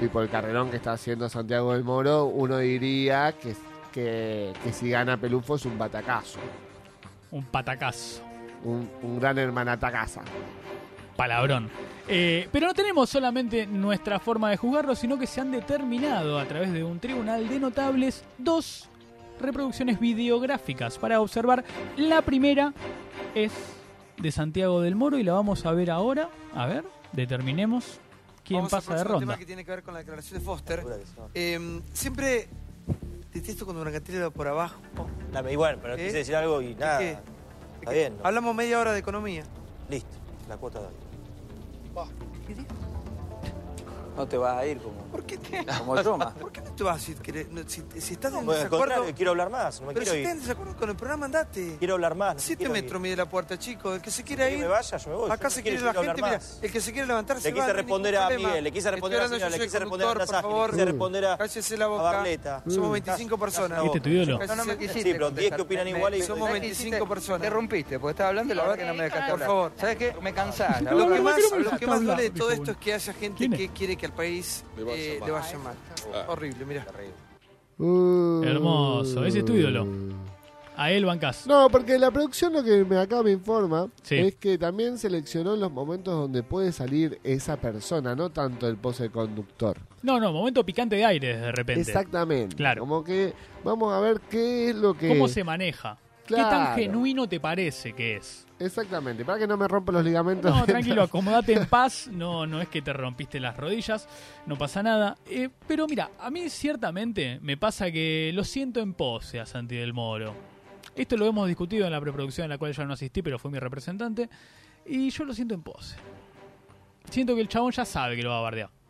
Speaker 4: tipo el carrerón que está haciendo Santiago del Moro, uno diría que, que, que si gana Pelufo es un batacazo,
Speaker 2: Un patacazo.
Speaker 4: un, un gran hermanatacaza.
Speaker 2: Palabrón. Eh, pero no tenemos solamente nuestra forma de juzgarlo, sino que se han determinado a través de un tribunal de notables dos reproducciones videográficas para observar. La primera es de Santiago del Moro y la vamos a ver ahora. A ver, determinemos quién
Speaker 7: Vamos al
Speaker 2: pasa de
Speaker 7: próximo
Speaker 2: ronda.
Speaker 7: tema que tiene que ver con la declaración de Foster. Eh, siempre detesto cuando un argentino va por abajo.
Speaker 8: Dame, y bueno, pero
Speaker 7: ¿Eh?
Speaker 8: quise decir algo y nada.
Speaker 7: qué?
Speaker 8: Está bien, ¿no?
Speaker 7: Hablamos media hora de economía.
Speaker 8: Listo, la cuota de hoy.
Speaker 7: ¿Qué dijo?
Speaker 8: No te vas a ir como,
Speaker 7: ¿Por qué te-
Speaker 8: como yo, más.
Speaker 7: (laughs) ¿Por qué no te vas si, querés- no, si- si estás en
Speaker 8: Bueno, al
Speaker 7: desacuerdo?
Speaker 8: contrario, quiero hablar más, no me
Speaker 7: Pero si
Speaker 8: quiero ir.
Speaker 7: estás en desacuerdo con el programa, andate.
Speaker 8: Quiero hablar más. no me
Speaker 7: Siete
Speaker 8: quiero ir.
Speaker 7: metros mide la puerta, chico. El que se quiera
Speaker 8: ¿Querés que
Speaker 7: ir,
Speaker 8: me vaya? Yo me voy.
Speaker 7: acá
Speaker 8: Yo
Speaker 7: se
Speaker 8: quiero
Speaker 7: quiere
Speaker 8: ir a
Speaker 7: la
Speaker 8: hablar
Speaker 7: gente. Mira,
Speaker 8: más.
Speaker 7: el que se quiere levantar se
Speaker 8: Le quise
Speaker 7: va, no hay
Speaker 8: responder
Speaker 7: ningún
Speaker 8: a
Speaker 7: problema.
Speaker 8: Miguel, le quise
Speaker 7: Estoy
Speaker 8: responder a
Speaker 7: hablando
Speaker 8: Sina,
Speaker 7: yo,
Speaker 8: le
Speaker 7: soy
Speaker 8: quise
Speaker 7: el
Speaker 8: responder a
Speaker 7: conductor, por
Speaker 8: Saskia, le
Speaker 7: favor.
Speaker 8: quise responder a.
Speaker 7: Cállese la
Speaker 8: a
Speaker 7: boca.
Speaker 8: Barleta.
Speaker 7: Somos 25 personas.
Speaker 2: ¿Viste tu ídolo?
Speaker 7: Cállese-
Speaker 9: No, no me quisiste
Speaker 8: Sí, pero 10 que
Speaker 9: contestar.
Speaker 8: opinan
Speaker 9: Me-
Speaker 8: igual y-
Speaker 9: me-
Speaker 7: Somos
Speaker 9: ¿sabés qué
Speaker 7: 25
Speaker 9: hiciste?
Speaker 7: personas.
Speaker 9: Te rompiste, porque estás hablando y la verdad que no me dejaste
Speaker 7: Por
Speaker 9: hablar.
Speaker 7: favor.
Speaker 9: ¿Sabes qué? Me cansás. la
Speaker 2: No,
Speaker 7: Lo
Speaker 9: verdad.
Speaker 7: que
Speaker 2: no,
Speaker 7: más,
Speaker 2: quiero ver
Speaker 7: lo que
Speaker 2: esta
Speaker 7: más
Speaker 2: habla.
Speaker 7: duele de todo
Speaker 2: Dijo
Speaker 7: esto es que haya gente
Speaker 2: ¿Quién es?
Speaker 7: que quiere que al país eh, le vaya mal. Ah. Horrible, mira.
Speaker 4: Uh.
Speaker 2: Hermoso, ese es tu ídolo.
Speaker 4: Mm.
Speaker 2: A él bancás.
Speaker 4: No, porque la producción lo que me acá me informa
Speaker 2: Sí.
Speaker 4: es que también seleccionó los momentos donde puede salir esa persona, no tanto el pose conductor.
Speaker 2: No, no, momento picante de aire de repente.
Speaker 4: Exactamente.
Speaker 2: Claro.
Speaker 4: Como que vamos a ver qué es lo que.
Speaker 2: ¿Cómo se maneja? ¿Qué tan
Speaker 4: Claro.
Speaker 2: genuino te parece que es?
Speaker 4: Exactamente. Para que no me rompa los ligamentos.
Speaker 2: No, tranquilo, acomodate en paz. No, no es que te rompiste las rodillas, no pasa nada. Eh, pero mira, a mí ciertamente me pasa que lo siento en pose a Santi del Moro. Esto lo hemos discutido en la preproducción en la cual yo no asistí, pero fue mi representante. Y yo lo siento en pose. Siento que el chabón ya sabe que lo va a bardear.
Speaker 4: (laughs)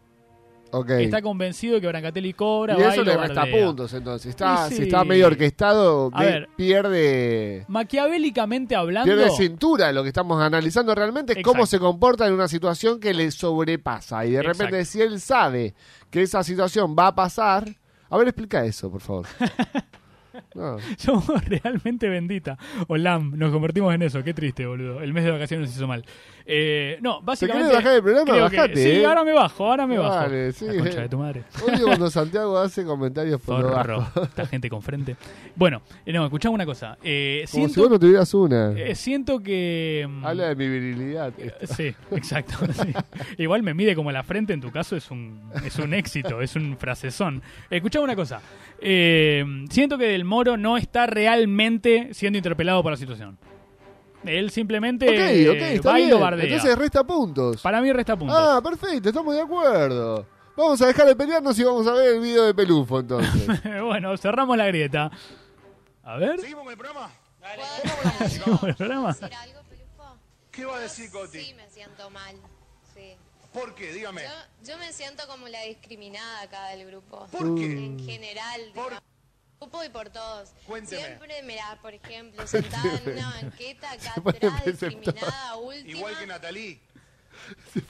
Speaker 4: Ok.
Speaker 2: Está convencido de que Brancatelli cobra.
Speaker 4: y
Speaker 2: va
Speaker 4: eso
Speaker 2: lo
Speaker 4: le resta
Speaker 2: bardea.
Speaker 4: puntos entonces. Está,
Speaker 2: Y sí.
Speaker 4: Si está medio orquestado,
Speaker 2: A
Speaker 4: ve-
Speaker 2: ver.
Speaker 4: pierde.
Speaker 2: Maquiavélicamente hablando.
Speaker 4: Pierde
Speaker 2: (laughs)
Speaker 4: cintura lo que estamos analizando realmente es cómo
Speaker 2: Exacto.
Speaker 4: se comporta en una situación que le sobrepasa. Y de
Speaker 2: Exacto.
Speaker 4: repente, si él sabe que esa situación va a pasar. A ver, explica eso,
Speaker 2: (laughs)
Speaker 4: por favor. No.
Speaker 2: Somos realmente bendita. O LAM, nos convertimos en eso. Qué triste, boludo. El mes de vacaciones nos hizo mal. Eh, no,
Speaker 4: ¿Te
Speaker 2: básicamente.
Speaker 4: querés bajar el programa?
Speaker 2: creo que-
Speaker 4: Bajate.
Speaker 2: sí,
Speaker 4: eh.
Speaker 2: ahora me bajo, ahora me bajo.
Speaker 4: Dale, sí.
Speaker 2: La concha de tu madre. (laughs)
Speaker 4: Odio cuando Santiago hace comentarios por lo bajo.
Speaker 2: Zorro. Esta gente con frente. Bueno, eh, no, escuchame una cosa. Eh,
Speaker 4: Como si
Speaker 2: siento,
Speaker 4: vos no tuvieras una.
Speaker 2: eh, siento que. mm, eh,
Speaker 4: Habla de mi virilidad. esto.
Speaker 2: Sí, exacto. (laughs) sí. Igual me mide como la frente, en tu caso es un, es un éxito, es un frasezón. Escuchame una cosa. Eh, siento que Del Moro no está realmente siendo interpelado por la situación. Él simplemente
Speaker 4: ok, ok,
Speaker 2: eh,
Speaker 4: está
Speaker 2: va y
Speaker 4: bien.
Speaker 2: lo bardea.
Speaker 4: Entonces resta puntos.
Speaker 2: Para mí resta puntos.
Speaker 4: Ah, perfecto, estamos de acuerdo. Vamos a dejar de pelearnos y vamos a ver el video de Pelufo entonces.
Speaker 2: (laughs) (laughs) bueno, cerramos la grieta. A ver. ¿Seguimos con el programa?
Speaker 10: decir algo, Pelufo?
Speaker 11: ¿Qué va a decir Coti?
Speaker 10: Sí, me siento mal. Sí.
Speaker 11: ¿Por qué? Dígame.
Speaker 10: Yo, yo me siento como la discriminada acá del grupo.
Speaker 11: ¿Por qué?
Speaker 10: En general,
Speaker 11: ¿Por-
Speaker 10: digamos, grupo y por todos.
Speaker 11: Cuénteme.
Speaker 10: Siempre, mirá, por ejemplo, sentada en una banqueta acá atrás, discriminada, (laughs) última.
Speaker 11: Igual que Natalí.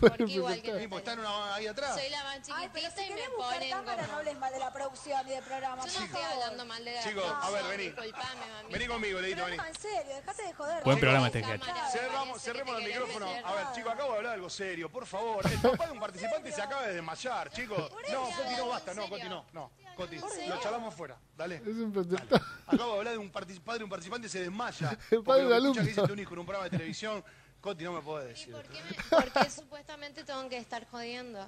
Speaker 10: porque igual que
Speaker 11: Tipo, están
Speaker 10: Natalia.
Speaker 11: una- ahí atrás.
Speaker 10: Soy la más chiquitita y me ponen como-
Speaker 9: más de la producción y del programa.
Speaker 10: Yo no estoy hablando mal de la
Speaker 11: Chicos, a ver, vení.
Speaker 10: Disculpame, mamita.
Speaker 11: Vení conmigo, Leito, vení.
Speaker 9: en serio, dejate de joder.
Speaker 2: Buen programa este sketch.
Speaker 10: Cámara, me
Speaker 11: Cerramos,
Speaker 10: parece que
Speaker 11: cerremos
Speaker 10: te
Speaker 11: el
Speaker 10: querés
Speaker 11: micrófono.
Speaker 10: meter.
Speaker 11: A ver, chicos, acabo de hablar algo serio, por favor. El papá de un participante se acaba de desmayar, chicos. No, Coti, no, basta, no, Coti, no. No, Coti, lo charlamos fuera. Dale.
Speaker 4: es un pendejo.
Speaker 11: Acabo de hablar de un partic- padre de un participante se
Speaker 4: (laughs)
Speaker 11: desmaya.
Speaker 4: El padre
Speaker 11: Porque lo
Speaker 4: de
Speaker 11: escucha
Speaker 4: alumno.
Speaker 11: que hiciste un hijo en un programa de televisión. Coti, no me puedes
Speaker 10: ¿Y
Speaker 11: decir. (laughs)
Speaker 10: por qué, me- por qué supuestamente tengo que estar jodiendo?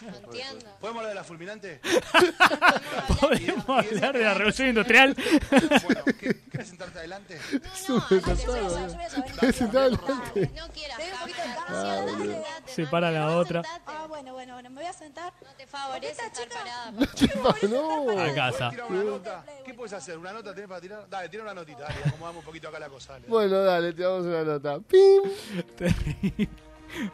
Speaker 10: Entiendo.
Speaker 11: ¿Podemos hablar de la
Speaker 10: (laughs)
Speaker 11: fulminante?
Speaker 2: (laughs) Podemos hablar de la revolución (laughs) industrial.
Speaker 11: Bueno,
Speaker 2: (laughs)
Speaker 11: ¿qué- ¿querés sentarte adelante?
Speaker 4: No, sentado adelante.
Speaker 10: No quieras,
Speaker 4: Ah, boludo.
Speaker 2: Se para la otra.
Speaker 9: Ah, bueno, bueno, bueno, me voy a sentar.
Speaker 10: No te favorece estar parada.
Speaker 4: No, chico, no.
Speaker 2: A casa.
Speaker 11: Tira una nota. ¿Qué puedes hacer? ¿Una nota tenés para tirar? Dale, tira una notita. Dale, acomodamos un poquito acá la cosa. Dale.
Speaker 4: Bueno, dale, te damos una nota. ¡Pim!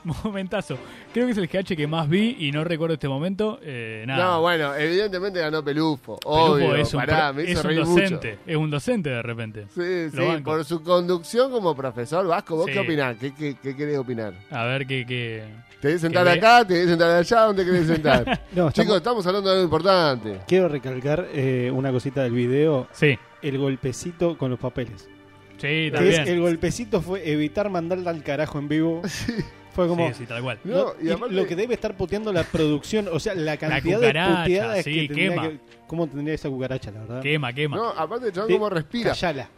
Speaker 2: (laughs) Momentazo. Creo que es el GH que más vi y no recuerdo este momento. (laughs) Eh, nada.
Speaker 4: No, bueno, evidentemente ganó Pelufo.
Speaker 2: Pelufo
Speaker 4: Obvio,
Speaker 2: es un,
Speaker 4: pará,
Speaker 2: pro-
Speaker 4: me
Speaker 2: es
Speaker 4: hizo
Speaker 2: un
Speaker 4: reír mucho.
Speaker 2: docente. Es un docente de repente.
Speaker 4: Sí,
Speaker 2: Lo
Speaker 4: sí,
Speaker 2: banco.
Speaker 4: por su conducción como profesor Vasco. ¿Vos
Speaker 2: Sí.
Speaker 4: qué opinás? ¿Qué, qué, qué querés opinar?
Speaker 2: A ver qué. qué...
Speaker 4: ¿Te querés sentar
Speaker 2: ve-
Speaker 4: acá? ¿Te querés sentar allá?
Speaker 2: (laughs)
Speaker 4: ¿Dónde querés sentar?
Speaker 5: No, estamos-
Speaker 4: Chicos, estamos hablando de algo importante.
Speaker 5: Quiero recalcar eh, una cosita del video.
Speaker 2: Sí.
Speaker 5: El golpecito con los papeles.
Speaker 2: Sí,
Speaker 5: Que es-
Speaker 2: también.
Speaker 5: el golpecito fue evitar mandarla al carajo en
Speaker 2: (laughs)
Speaker 5: vivo. Fue como.
Speaker 2: Sí, sí, tal cual.
Speaker 5: No,
Speaker 4: No, y
Speaker 5: y
Speaker 4: aparte-
Speaker 5: lo que debe estar puteando la producción, o sea, la cantidad de
Speaker 2: cucaracha,
Speaker 5: puteadas
Speaker 2: sí,
Speaker 5: que tendría
Speaker 2: quema.
Speaker 5: que- ¿Cómo tendría esa cucaracha, la verdad?
Speaker 2: Quema, quema.
Speaker 4: No, aparte, chabón,
Speaker 5: Sí,
Speaker 4: cómo respira.
Speaker 5: Callala.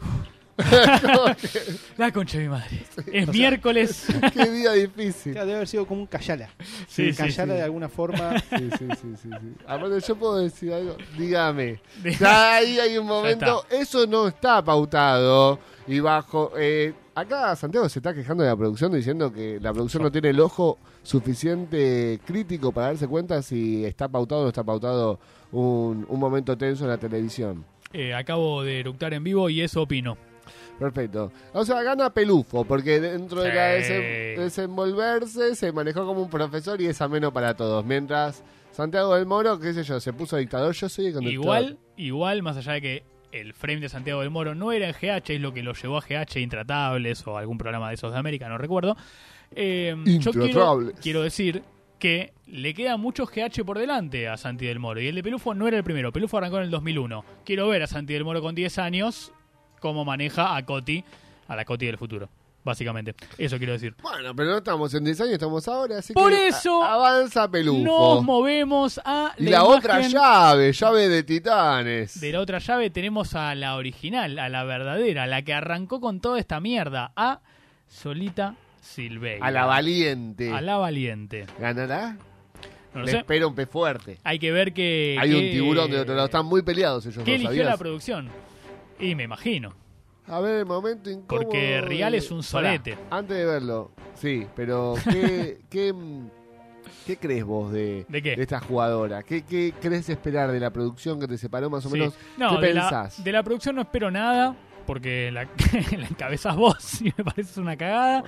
Speaker 2: La concha de mi madre. Es miércoles.
Speaker 4: (laughs) Qué día difícil.
Speaker 5: Claro, debe haber sido como un callala.
Speaker 2: Sí,
Speaker 5: Sí,
Speaker 2: sí,
Speaker 5: callala
Speaker 2: sí.
Speaker 5: de alguna forma.
Speaker 4: (laughs) Sí, sí, sí, sí, sí. Aparte, Ah, yo puedo decir algo. (laughs) Dígame.
Speaker 2: Dí-
Speaker 4: Ya ahí hay un momento. Eso no está pautado. Y bajo. eh, acá Santiago se está quejando de la producción diciendo que la producción no tiene el ojo suficiente crítico para darse cuenta si está pautado o no está pautado un, un momento tenso en la televisión.
Speaker 2: Eh, acabo de eructar en vivo y eso opino.
Speaker 4: Perfecto. O sea, gana Pelufo, porque dentro de la
Speaker 2: Sí.
Speaker 4: desen- desenvolverse se manejó como un profesor y es ameno para todos. Mientras Santiago del Moro, qué sé yo, se puso dictador, yo soy el conductor.
Speaker 2: Igual, igual, más allá de que el frame de Santiago del Moro no era en GH, es lo que lo llevó a GH Intratables o algún programa de esos de América, no recuerdo. Eh, yo quiero,
Speaker 4: Intratables.
Speaker 2: quiero decir que le queda muchos GH por delante a Santi del Moro. Y el de Pelufo no era el primero. Pelufo arrancó en el 2001. Quiero ver a Santi del Moro con 10 años cómo maneja a Coti, a la Coti del futuro, básicamente. Eso quiero decir.
Speaker 4: Bueno, pero no estamos en 10 años, estamos ahora, así
Speaker 2: Por
Speaker 4: que a-
Speaker 2: eso
Speaker 4: avanza Pelufo.
Speaker 2: Nos movemos a
Speaker 4: y
Speaker 2: la,
Speaker 4: la otra
Speaker 2: imagen
Speaker 4: llave, llave de titanes.
Speaker 2: De la otra llave tenemos a la original, a la verdadera, a la que arrancó con toda esta mierda, a Solita Silveira.
Speaker 4: A la valiente.
Speaker 2: A la valiente.
Speaker 4: ¿Ganará?
Speaker 2: No lo
Speaker 4: Le
Speaker 2: sé.
Speaker 4: espera un pez fuerte.
Speaker 2: Hay que ver que...
Speaker 4: Hay un
Speaker 2: que-
Speaker 4: tiburón de otro lado, están muy peleados ellos
Speaker 2: ¿Qué
Speaker 4: dos,
Speaker 2: eligió
Speaker 4: ¿sabías?
Speaker 2: la producción? Y me imagino.
Speaker 4: A ver, el momento incómodo.
Speaker 2: Porque Rial es un
Speaker 4: Pará,
Speaker 2: solete.
Speaker 4: antes de verlo, sí, pero
Speaker 2: (laughs)
Speaker 4: ¿qué, qué, mm, qué crees vos de,
Speaker 2: ¿De qué?
Speaker 4: esta jugadora? ¿Qué, ¿Qué crees esperar de la producción que te separó más o
Speaker 2: Sí.
Speaker 4: menos?
Speaker 2: No,
Speaker 4: ¿Qué
Speaker 2: de la,
Speaker 4: pensás?
Speaker 2: de la producción no espero nada, porque la, (laughs) la encabezás vos (laughs) y me parece una cagada.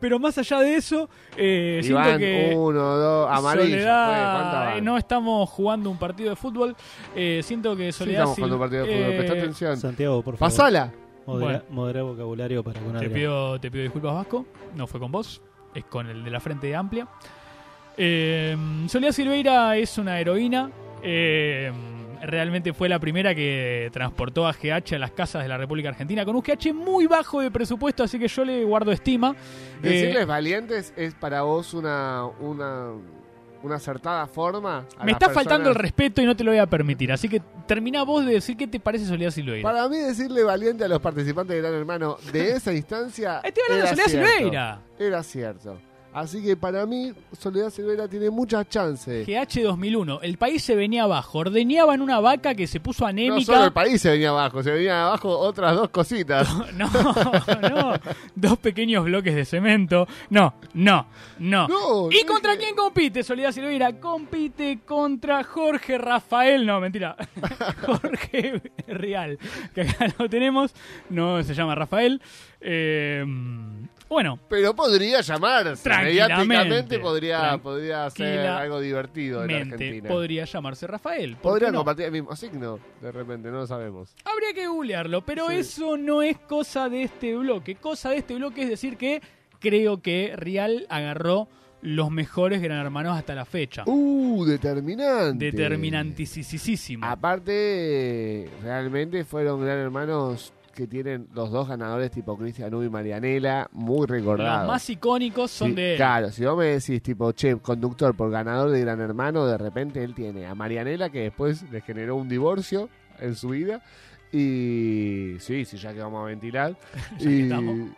Speaker 2: Pero más allá de eso, eh, siento
Speaker 4: Iván,
Speaker 2: que...
Speaker 4: uno, dos, amarillo. fue, ¿cuánta
Speaker 2: Soledad,
Speaker 4: banda?
Speaker 2: eh, no estamos jugando un partido de fútbol. Eh, siento que
Speaker 4: Sí,
Speaker 2: Soledad.
Speaker 4: estamos jugando un partido de fútbol,
Speaker 2: eh,
Speaker 4: presta atención.
Speaker 5: Santiago, por favor.
Speaker 4: Pasala.
Speaker 5: Modera,
Speaker 2: Bueno.
Speaker 5: modera vocabulario para con
Speaker 2: te,
Speaker 5: Adrián.
Speaker 2: pido, te pido disculpas, Vasco. No fue con vos, es con el de la frente amplia. Eh, Soledad Silveira es una heroína. Eh, realmente fue la primera que transportó a GH a las casas de la República Argentina con un GH muy bajo de presupuesto, así que yo le guardo estima. Eh,
Speaker 4: Decirles valientes es para vos una, una, una acertada forma. a
Speaker 2: me
Speaker 4: las
Speaker 2: está faltando el
Speaker 4: personas.
Speaker 2: respeto y no te lo voy a permitir. Así que termina vos de decir qué te parece Soledad Silveira.
Speaker 4: Para mí decirle valiente a los participantes de Gran Hermano de
Speaker 2: (laughs)
Speaker 4: esa instancia
Speaker 2: Estoy hablando de
Speaker 4: era
Speaker 2: Soledad
Speaker 4: cierto.
Speaker 2: Silveira.
Speaker 4: Era cierto. Así que para mí Soledad Silveira tiene muchas chances.
Speaker 2: GH 2001, el país se venía abajo, ordeñaban una vaca que se puso
Speaker 4: No
Speaker 2: anémica.
Speaker 4: solo el país se venía abajo, se venían abajo otras dos cositas.
Speaker 2: (laughs) No, no, dos pequeños bloques de cemento. No, no, no.
Speaker 4: No,
Speaker 2: ¿Y
Speaker 4: yo
Speaker 2: contra
Speaker 4: dije-
Speaker 2: quién compite Soledad Silveira? Compite contra Jorge Rafael. No, mentira. (laughs) Jorge Real, que acá lo tenemos. No se llama Rafael. Eh, bueno,
Speaker 4: Pero podría llamarse.
Speaker 2: Tranquilamente.
Speaker 4: Mediáticamente podría,
Speaker 2: Tran-
Speaker 4: podría ser
Speaker 2: tranquila-
Speaker 4: algo divertido en
Speaker 2: mente
Speaker 4: Argentina.
Speaker 2: podría llamarse Rafael. ¿por qué
Speaker 4: Podrían
Speaker 2: no?
Speaker 4: compartir el mismo signo, de repente, no lo sabemos.
Speaker 2: Habría que googlearlo, pero
Speaker 4: Sí.
Speaker 2: eso no es cosa de este bloque. Cosa de este bloque es decir que creo que Real agarró los mejores Gran Hermanos hasta la fecha.
Speaker 4: Uh, determinante.
Speaker 2: Determinantisísimo.
Speaker 4: Aparte, realmente fueron gran hermanos que tienen los dos ganadores tipo Cristian Ubi y Marianela, muy
Speaker 2: Los
Speaker 4: recordados.
Speaker 2: más icónicos son
Speaker 4: Sí,
Speaker 2: de él.
Speaker 4: Claro, si vos me decís tipo, che, conductor por ganador de Gran Hermano, de repente él tiene a Marianela que después le generó un divorcio
Speaker 2: (laughs)
Speaker 4: en su vida. Y sí, sí, ya que vamos a ventilar.
Speaker 2: que
Speaker 4: y,
Speaker 2: estamos.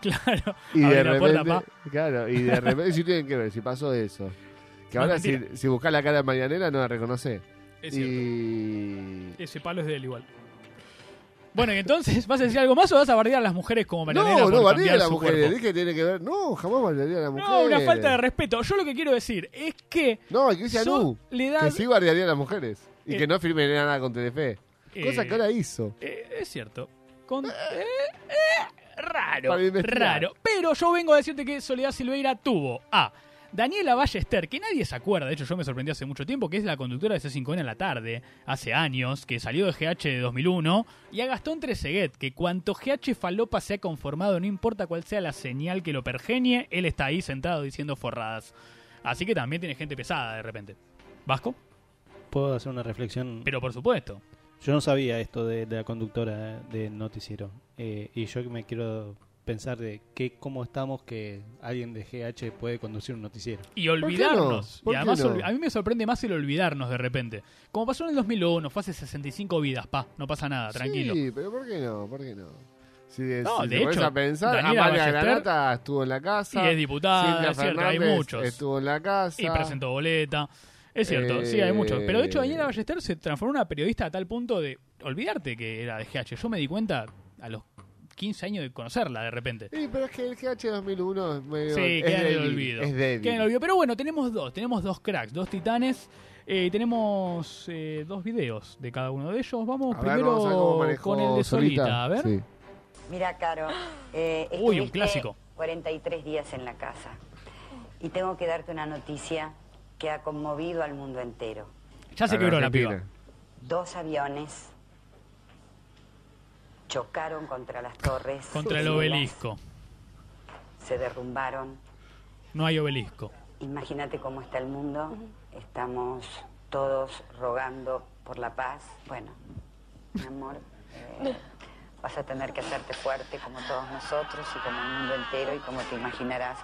Speaker 2: claro.
Speaker 4: Y de
Speaker 2: abre la puerta,
Speaker 4: repente, claro, y
Speaker 2: (laughs)
Speaker 4: de repente, sí tienen que ver si pasó eso. Que
Speaker 2: No,
Speaker 4: ahora
Speaker 2: mentira.
Speaker 4: si, si buscas la cara de mañanera no la reconoce.
Speaker 2: Es
Speaker 4: Y...
Speaker 2: pa. Ese palo es de él igual. Bueno, y entonces, ¿vas a decir algo más o vas a bardear a las mujeres como Marianela
Speaker 4: No,
Speaker 2: por
Speaker 4: no,
Speaker 2: cambiar
Speaker 4: bardería a la
Speaker 2: su
Speaker 4: mujer.
Speaker 2: cuerpo?
Speaker 4: Dije que tiene que ver. No, jamás bardearía a la mujer.
Speaker 2: No, una falta de respeto. Yo lo que quiero decir es que.
Speaker 4: No, que dice
Speaker 2: yo
Speaker 4: Anu,
Speaker 2: le
Speaker 4: Que
Speaker 2: da-
Speaker 4: sí bardearía a las mujeres. Y
Speaker 2: Eh,
Speaker 4: que no firme nada con Telefe. Cosa
Speaker 2: eh,
Speaker 4: que ahora hizo.
Speaker 2: eh, es cierto. Con- eh, eh, raro,
Speaker 4: Para investigar.
Speaker 2: raro. Pero yo vengo a decirte que Soledad Silveira tuvo a Daniela Ballester, que nadie se acuerda, de hecho yo me sorprendí hace mucho tiempo, que es la conductora de C5N en la tarde, hace años, que salió de GH de 2001, y a Gastón Treseguet, que cuanto GH falopa se ha conformado, no importa cuál sea la señal que lo pergenie, él está ahí sentado diciendo forradas. Así que también tiene gente pesada de repente. ¿Vasco?
Speaker 5: ¿Puedo hacer una reflexión?
Speaker 2: Pero por supuesto.
Speaker 5: Yo no sabía esto de, de la conductora de noticiero. Eh, y yo que me quiero pensar de que cómo estamos que alguien de GH puede conducir un noticiero.
Speaker 2: Y olvidarnos.
Speaker 5: ¿Por
Speaker 2: Y
Speaker 5: qué
Speaker 2: además,
Speaker 5: no?
Speaker 2: olvi- a mí me sorprende más el olvidarnos de repente. Como pasó en el 2001, fue hace 65 vidas, pa. No pasa nada, Ah, tranquilo.
Speaker 4: Sí, pero ¿por qué no? ¿Por qué no? Si,
Speaker 2: No,
Speaker 4: si
Speaker 2: de
Speaker 4: te pones
Speaker 2: hecho,
Speaker 4: a pensar,
Speaker 2: Daniela
Speaker 4: Amalia
Speaker 2: Ballester-
Speaker 4: Granata estuvo en la casa.
Speaker 2: Y es diputada,
Speaker 4: Silvia
Speaker 2: es cierto, hay
Speaker 4: Fernández
Speaker 2: muchos.
Speaker 4: Estuvo en la casa.
Speaker 2: Y presentó boleta. Es cierto, sí, hay mucho. Pero de hecho,
Speaker 4: Eh.
Speaker 2: Daniela Ballester se transformó en una periodista a tal punto de olvidarte que era de GH. Yo me di cuenta a los 15 años de conocerla de repente.
Speaker 4: Sí, pero es que el GH 2001 es medio.
Speaker 2: Sí,
Speaker 4: es
Speaker 2: queda en el
Speaker 4: débil,
Speaker 2: olvido.
Speaker 4: Es débil.
Speaker 2: Queda en el olvido. Pero bueno, tenemos dos. Tenemos dos cracks, dos titanes. Eh, tenemos eh, dos videos de cada uno de ellos. Vamos
Speaker 4: A ver,
Speaker 2: primero
Speaker 4: vamos a ver cómo manejó
Speaker 2: con el de Solita.
Speaker 4: Solita.
Speaker 2: A ver.
Speaker 4: Sí.
Speaker 12: Mira, Caro, eh,
Speaker 2: Uy, un
Speaker 12: estuviste
Speaker 2: clásico.
Speaker 12: 43 días en la casa y tengo que darte una noticia que ha conmovido al mundo entero.
Speaker 2: Ya se quebró la piba.
Speaker 12: Dos aviones chocaron contra las torres.
Speaker 2: Contra el obelisco.
Speaker 12: Se derrumbaron.
Speaker 2: No hay obelisco.
Speaker 12: Imagínate cómo está el mundo. Estamos todos rogando por la paz. Bueno, mi amor, eh, vas a tener que hacerte fuerte como todos nosotros y como el mundo entero y como te imaginarás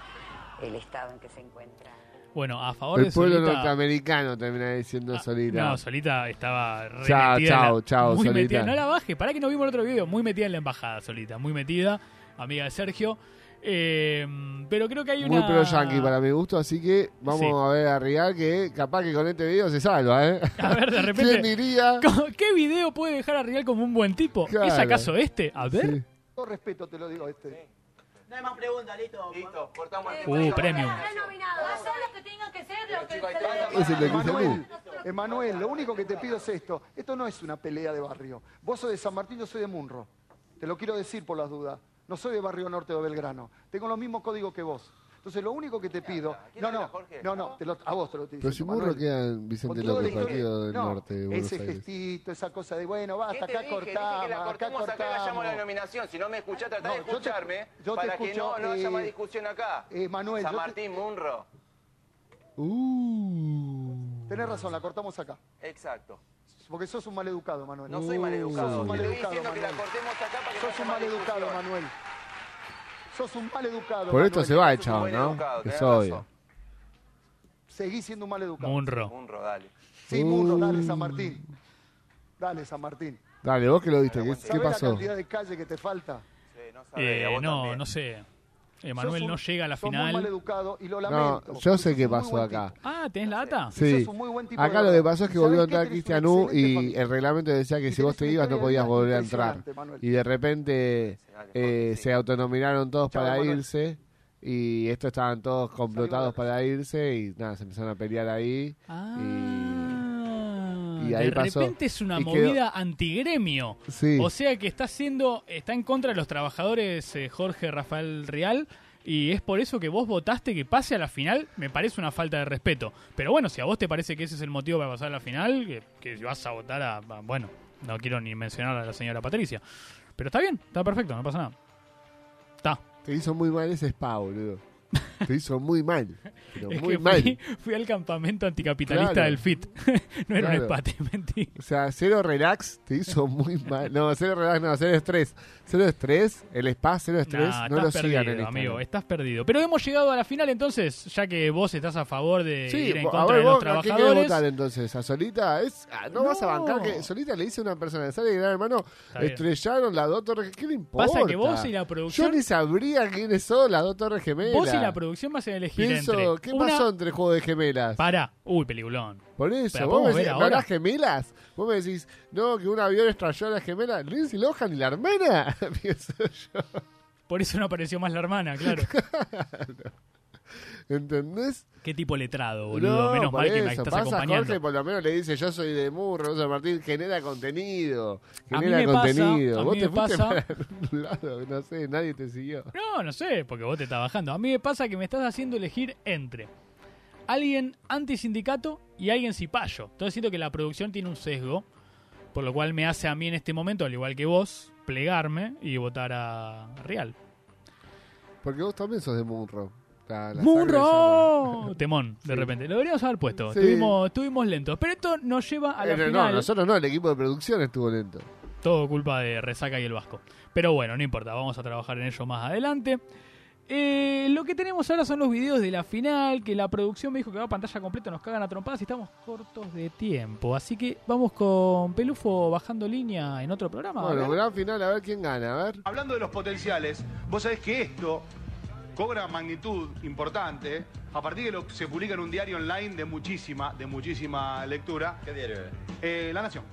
Speaker 12: el estado en que se encuentra.
Speaker 2: Bueno, a favor de
Speaker 4: El pueblo
Speaker 2: Solita. Ah,
Speaker 4: norteamericano termina diciendo Solita.
Speaker 2: No, Solita estaba re
Speaker 4: Chao,
Speaker 2: metida en la-
Speaker 4: chao, chao,
Speaker 2: muy
Speaker 4: Solita.
Speaker 2: metida. No la baje, para que no vimos el otro video. Muy metida en la embajada, Solita. Muy metida, amiga de Sergio. Eh, pero creo que hay una.
Speaker 4: Muy pro yankee para mi gusto, así que vamos
Speaker 2: Sí.
Speaker 4: a ver a Rial que capaz que con este video se salva, ¿eh?
Speaker 2: A ver, (laughs) de repente.
Speaker 4: ¿Quién diría?
Speaker 2: ¿Qué video puede dejar a Rial como un buen tipo? ¿Es
Speaker 4: Claro.
Speaker 2: acaso este? A ver.
Speaker 4: Sí.
Speaker 13: Con respeto te lo digo este.
Speaker 14: No hay más preguntas, listo. Listo, cortamos
Speaker 2: el- Uh, premium.
Speaker 4: Es el de Cruz
Speaker 13: Emanuel, Emanuel, lo único que te pido es esto. Esto no es una pelea de barrio. Vos sos de San Martín, yo soy de Munro. Te lo quiero decir por las dudas. No soy de barrio norte o Belgrano. Tengo los mismos códigos que vos. Entonces lo único que te pido... No, no, no, no, te lo- a vos te lo estoy
Speaker 4: Pero si
Speaker 13: diciendo,
Speaker 4: Murro
Speaker 13: Emanuel.
Speaker 4: queda en Vicente
Speaker 13: Con toda
Speaker 4: López,
Speaker 13: la historia-
Speaker 4: partido del
Speaker 13: no,
Speaker 4: norte de Buenos
Speaker 13: Ese
Speaker 4: Aires.
Speaker 13: gestito, esa cosa de, bueno,
Speaker 14: ¿Qué
Speaker 13: basta,
Speaker 14: te
Speaker 13: acá
Speaker 14: dije? Dije
Speaker 13: cortamos,
Speaker 14: que la
Speaker 13: acá
Speaker 14: cortamos, acá
Speaker 13: cortamos.
Speaker 14: gallamos la nominación. Si no me escuchás, tratá de
Speaker 13: No, yo te-
Speaker 14: escucharme
Speaker 13: yo te
Speaker 14: para que
Speaker 13: escucho,
Speaker 14: no, no haya
Speaker 13: eh,
Speaker 14: más discusión acá.
Speaker 13: eh, Manuel,
Speaker 14: San
Speaker 13: yo te-
Speaker 14: Martín Munro.
Speaker 13: Tenés razón, la cortamos acá.
Speaker 14: Exacto.
Speaker 13: Porque sos un maleducado, Manuel.
Speaker 14: No soy maleducado.
Speaker 13: Sos un
Speaker 14: Te estoy
Speaker 13: maleducado,
Speaker 14: diciendo que la
Speaker 13: Manuel.
Speaker 14: cortemos acá para que no
Speaker 13: Sos
Speaker 14: haya
Speaker 13: un
Speaker 14: más
Speaker 13: maleducado,
Speaker 14: discusión.
Speaker 13: Manuel. Sos un maleducado.
Speaker 4: Por esto
Speaker 13: Manuel.
Speaker 4: se va
Speaker 13: Sos
Speaker 4: el
Speaker 13: un
Speaker 4: chavo,
Speaker 13: buen
Speaker 4: ¿no?
Speaker 13: educado,
Speaker 4: Que
Speaker 13: tenés
Speaker 4: es obvio.
Speaker 13: razón. Seguís siendo un maleducado.
Speaker 2: Munro.
Speaker 14: Munro, dale.
Speaker 13: Sí,
Speaker 4: Uh.
Speaker 13: Munro, dale, San Martín. Dale, San Martín.
Speaker 4: Dale, vos que lo viste, ¿qué, qué
Speaker 13: ¿Sabés la
Speaker 4: pasó?
Speaker 13: cantidad de calle que te falta?
Speaker 2: Eh, no, no sé.
Speaker 13: Sos
Speaker 2: Emanuel
Speaker 13: un-
Speaker 2: no llega a la
Speaker 13: sos muy
Speaker 2: final.
Speaker 13: maleducado y lo
Speaker 4: No,
Speaker 13: lamento.
Speaker 4: yo sé qué pasó acá.
Speaker 2: Ah, ¿tenés la ata?
Speaker 4: Sí. Acá lo que pasó es que volvió a entrar Cristian U y el reglamento decía que si vos te ibas no podías volver a entrar.
Speaker 13: Manuel.
Speaker 4: Y de repente eh, se autonominaron todos
Speaker 13: Chau,
Speaker 4: para
Speaker 13: Manuel.
Speaker 4: irse y esto estaban todos complotados para irse y nada, se empezaron a pelear ahí.
Speaker 2: Ah,
Speaker 4: y ahí
Speaker 2: de
Speaker 4: pasó.
Speaker 2: repente es una
Speaker 4: Y quedó-
Speaker 2: movida antigremio.
Speaker 4: Sí.
Speaker 2: O sea que está haciendo, está en contra de los trabajadores eh, Jorge Rafael Real y es por eso que vos votaste que pase a la final. Me parece una falta de respeto. Pero bueno, si a vos te parece que ese es el motivo para pasar a la final, que, que vas a votar a, a- bueno, no quiero ni mencionar a la señora Patricia. Pero está bien, está perfecto, no pasa nada. Está.
Speaker 4: Te hizo muy mal ese spa, boludo. Te hizo muy mal.
Speaker 2: (laughs)
Speaker 4: Pero
Speaker 2: Es
Speaker 4: muy
Speaker 2: que
Speaker 4: mal.
Speaker 2: fui, fui al campamento anticapitalista
Speaker 4: Claro.
Speaker 2: del FIT. (laughs) no era
Speaker 4: Claro.
Speaker 2: un empate, mentí.
Speaker 4: O sea, cero relax te hizo muy mal. No, cero relax, no, cero estrés. Cero estrés, el spa, cero estrés.
Speaker 2: Nah,
Speaker 4: no lo
Speaker 2: estás
Speaker 4: sigan en
Speaker 2: perdido,
Speaker 4: Instagram.
Speaker 2: amigo, estás perdido. Pero hemos llegado a la final entonces, ya que vos estás a favor de
Speaker 4: Sí,
Speaker 2: ir en
Speaker 4: vos-
Speaker 2: contra
Speaker 4: a ver,
Speaker 2: de los
Speaker 4: vos, ¿a quién querés
Speaker 2: trabajadores.
Speaker 4: votar entonces? ¿A Solita? Es, ah, no, vas a bancar que Solita le dice a una persona de sale y gran hermano,
Speaker 2: bien.
Speaker 4: estrellaron las dos torres. ¿Qué le importa?
Speaker 2: Pasa que vos y la producción-
Speaker 4: Yo ni sabría quiénes son las dos torres gemelas.
Speaker 2: Vos y la producción vas a elegir
Speaker 4: Pienso,
Speaker 2: entre
Speaker 4: ¿qué
Speaker 2: una-
Speaker 4: pasó entre Juego de Gemelas?
Speaker 2: Pará. Uy, peliculón.
Speaker 4: Por eso,
Speaker 2: Pero
Speaker 4: vos me
Speaker 2: podemos
Speaker 4: decís,
Speaker 2: ver
Speaker 4: ¿no
Speaker 2: ahora.
Speaker 4: las gemelas? Vos me decís, no, que un avión estrelló a las gemelas. Lindsay Lohan y la hermana. (laughs) Pienso yo.
Speaker 2: Por eso no apareció más la hermana, claro.
Speaker 4: ¿Entendés?
Speaker 2: Qué tipo letrado, boludo.
Speaker 4: (laughs) No,
Speaker 2: Menos
Speaker 4: por
Speaker 2: mal que me
Speaker 4: eso.
Speaker 2: estás
Speaker 4: Pasa
Speaker 2: acompañando.
Speaker 4: Jorge por lo menos le dice, yo soy de Murro, Rosa Martín, genera contenido.
Speaker 2: A mí
Speaker 4: Genera
Speaker 2: me pasa,
Speaker 4: contenido.
Speaker 2: a
Speaker 4: vos
Speaker 2: mí
Speaker 4: te
Speaker 2: me
Speaker 4: fuiste
Speaker 2: pasa-
Speaker 4: para un (laughs) lado, no sé, nadie te siguió.
Speaker 2: No, no sé, porque vos te estás bajando. A mí me pasa que me estás haciendo elegir entre alguien antisindicato y alguien cipayo. Entonces siento que la producción tiene un sesgo, por lo cual me hace a mí en este momento, al igual que vos, plegarme y votar a Real.
Speaker 4: Porque vos también sos de Murro. La- la sangre
Speaker 2: ¡Munro!
Speaker 4: llama.
Speaker 2: Temón, de
Speaker 4: Sí.
Speaker 2: repente. Lo deberíamos haber puesto.
Speaker 4: Sí.
Speaker 2: Estuvimos, estuvimos lentos. Pero esto nos lleva a la
Speaker 4: Pero no,
Speaker 2: final.
Speaker 4: nosotros no, el equipo de producción estuvo lento.
Speaker 2: Todo culpa de Resaca y el Vasco. Pero bueno, no importa, vamos a trabajar en ello más adelante. Eh, lo que tenemos ahora son los videos de la final, que la producción me dijo que va a pantalla completa, nos cagan a trompadas y estamos cortos de tiempo. Así que vamos con Pelufo bajando línea en otro programa.
Speaker 4: Bueno,
Speaker 2: ¿verdad?
Speaker 4: gran final, a ver quién gana, a ver.
Speaker 11: Hablando de los potenciales, vos sabés que esto cobra magnitud importante a partir de lo que se publica en un diario online de muchísima, de muchísima lectura. ¿Qué diario es? La Nación.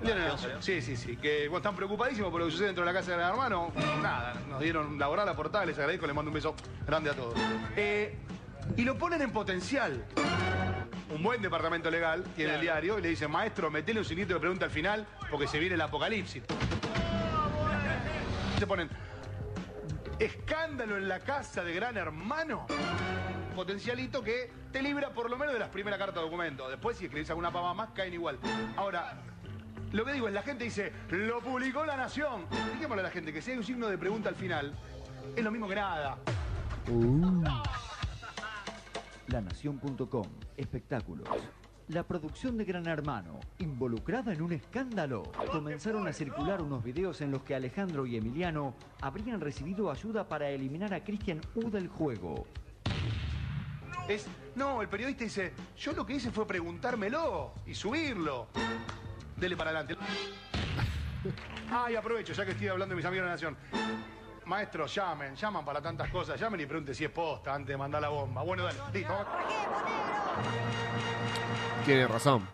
Speaker 11: El diario La Nación. Sí, sí, sí. Que bueno, están preocupadísimos por lo que sucede dentro de la casa de gran hermano. Nada, nos dieron la hora, la portada, les agradezco, les mando un beso grande a todos. Eh, y lo ponen en potencial. Un buen departamento legal tiene el diario y le dicen, maestro, metele un signito de pregunta al final porque se viene el apocalipsis. Se ponen. Escándalo en la casa de gran hermano. Potencialito que te libra por lo menos de las primeras cartas de documento. Después, si escribís alguna pava más, caen igual. Ahora, lo que digo es, la gente dice, lo publicó la nación. Dijémosle a la gente que si hay un signo de pregunta al final, es lo mismo que nada.
Speaker 15: Uh. Lanación.com, espectáculos. La producción de Gran Hermano, involucrada en un escándalo, comenzaron a circular unos videos en los que Alejandro y Emiliano habrían recibido ayuda para eliminar a Cristian U del juego.
Speaker 11: Es, no, el periodista dice, yo lo que hice fue preguntármelo y subirlo. Dele para adelante. Ay, aprovecho, ya que estoy hablando de mis amigos de la Nación. Maestros, llamen, llaman para tantas cosas. Llamen y pregunten si es posta antes de mandar la bomba. Bueno, dale, listo.
Speaker 4: Tiene razón.